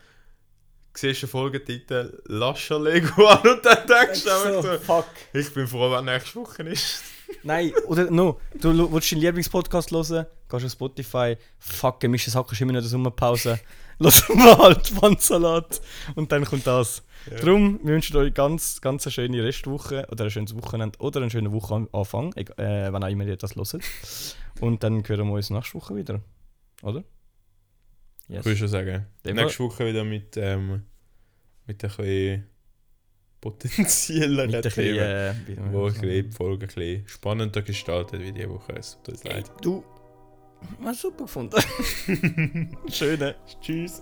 Speaker 1: Siehst du den Folgetitel, Lascher Lego an und dann denkst du einfach so,
Speaker 2: fuck.
Speaker 1: ich bin froh, wenn nächste Woche ist.
Speaker 2: Nein, oder no, du lo- willst deinen Lieblingspodcast hören, gehst auf Spotify, fuck, gemischtes Hack ist immer noch der Sommerpause, lass mal halt Bandsalat und dann kommt das. Drum, wir wünschen euch ganz, ganz eine schöne Restwoche oder ein schönes Wochenende oder einen schönen Wochenanfang, eg- äh, wann auch immer ihr das hört. Und dann hören wir uns nächste Woche wieder, oder? Yes.
Speaker 1: Ich würde schon sagen,
Speaker 2: Dem
Speaker 1: nächste Woche wieder mit, ähm, mit ein bisschen
Speaker 2: Mit
Speaker 1: potenzielleren
Speaker 2: ein bisschen,
Speaker 1: Themen.
Speaker 2: äh,
Speaker 1: Wo ich die Folge ein bisschen spannender gestaltet wie diese Woche. Es tut uns leid.
Speaker 2: Du, mal super gefunden. Schöne. Tschüss.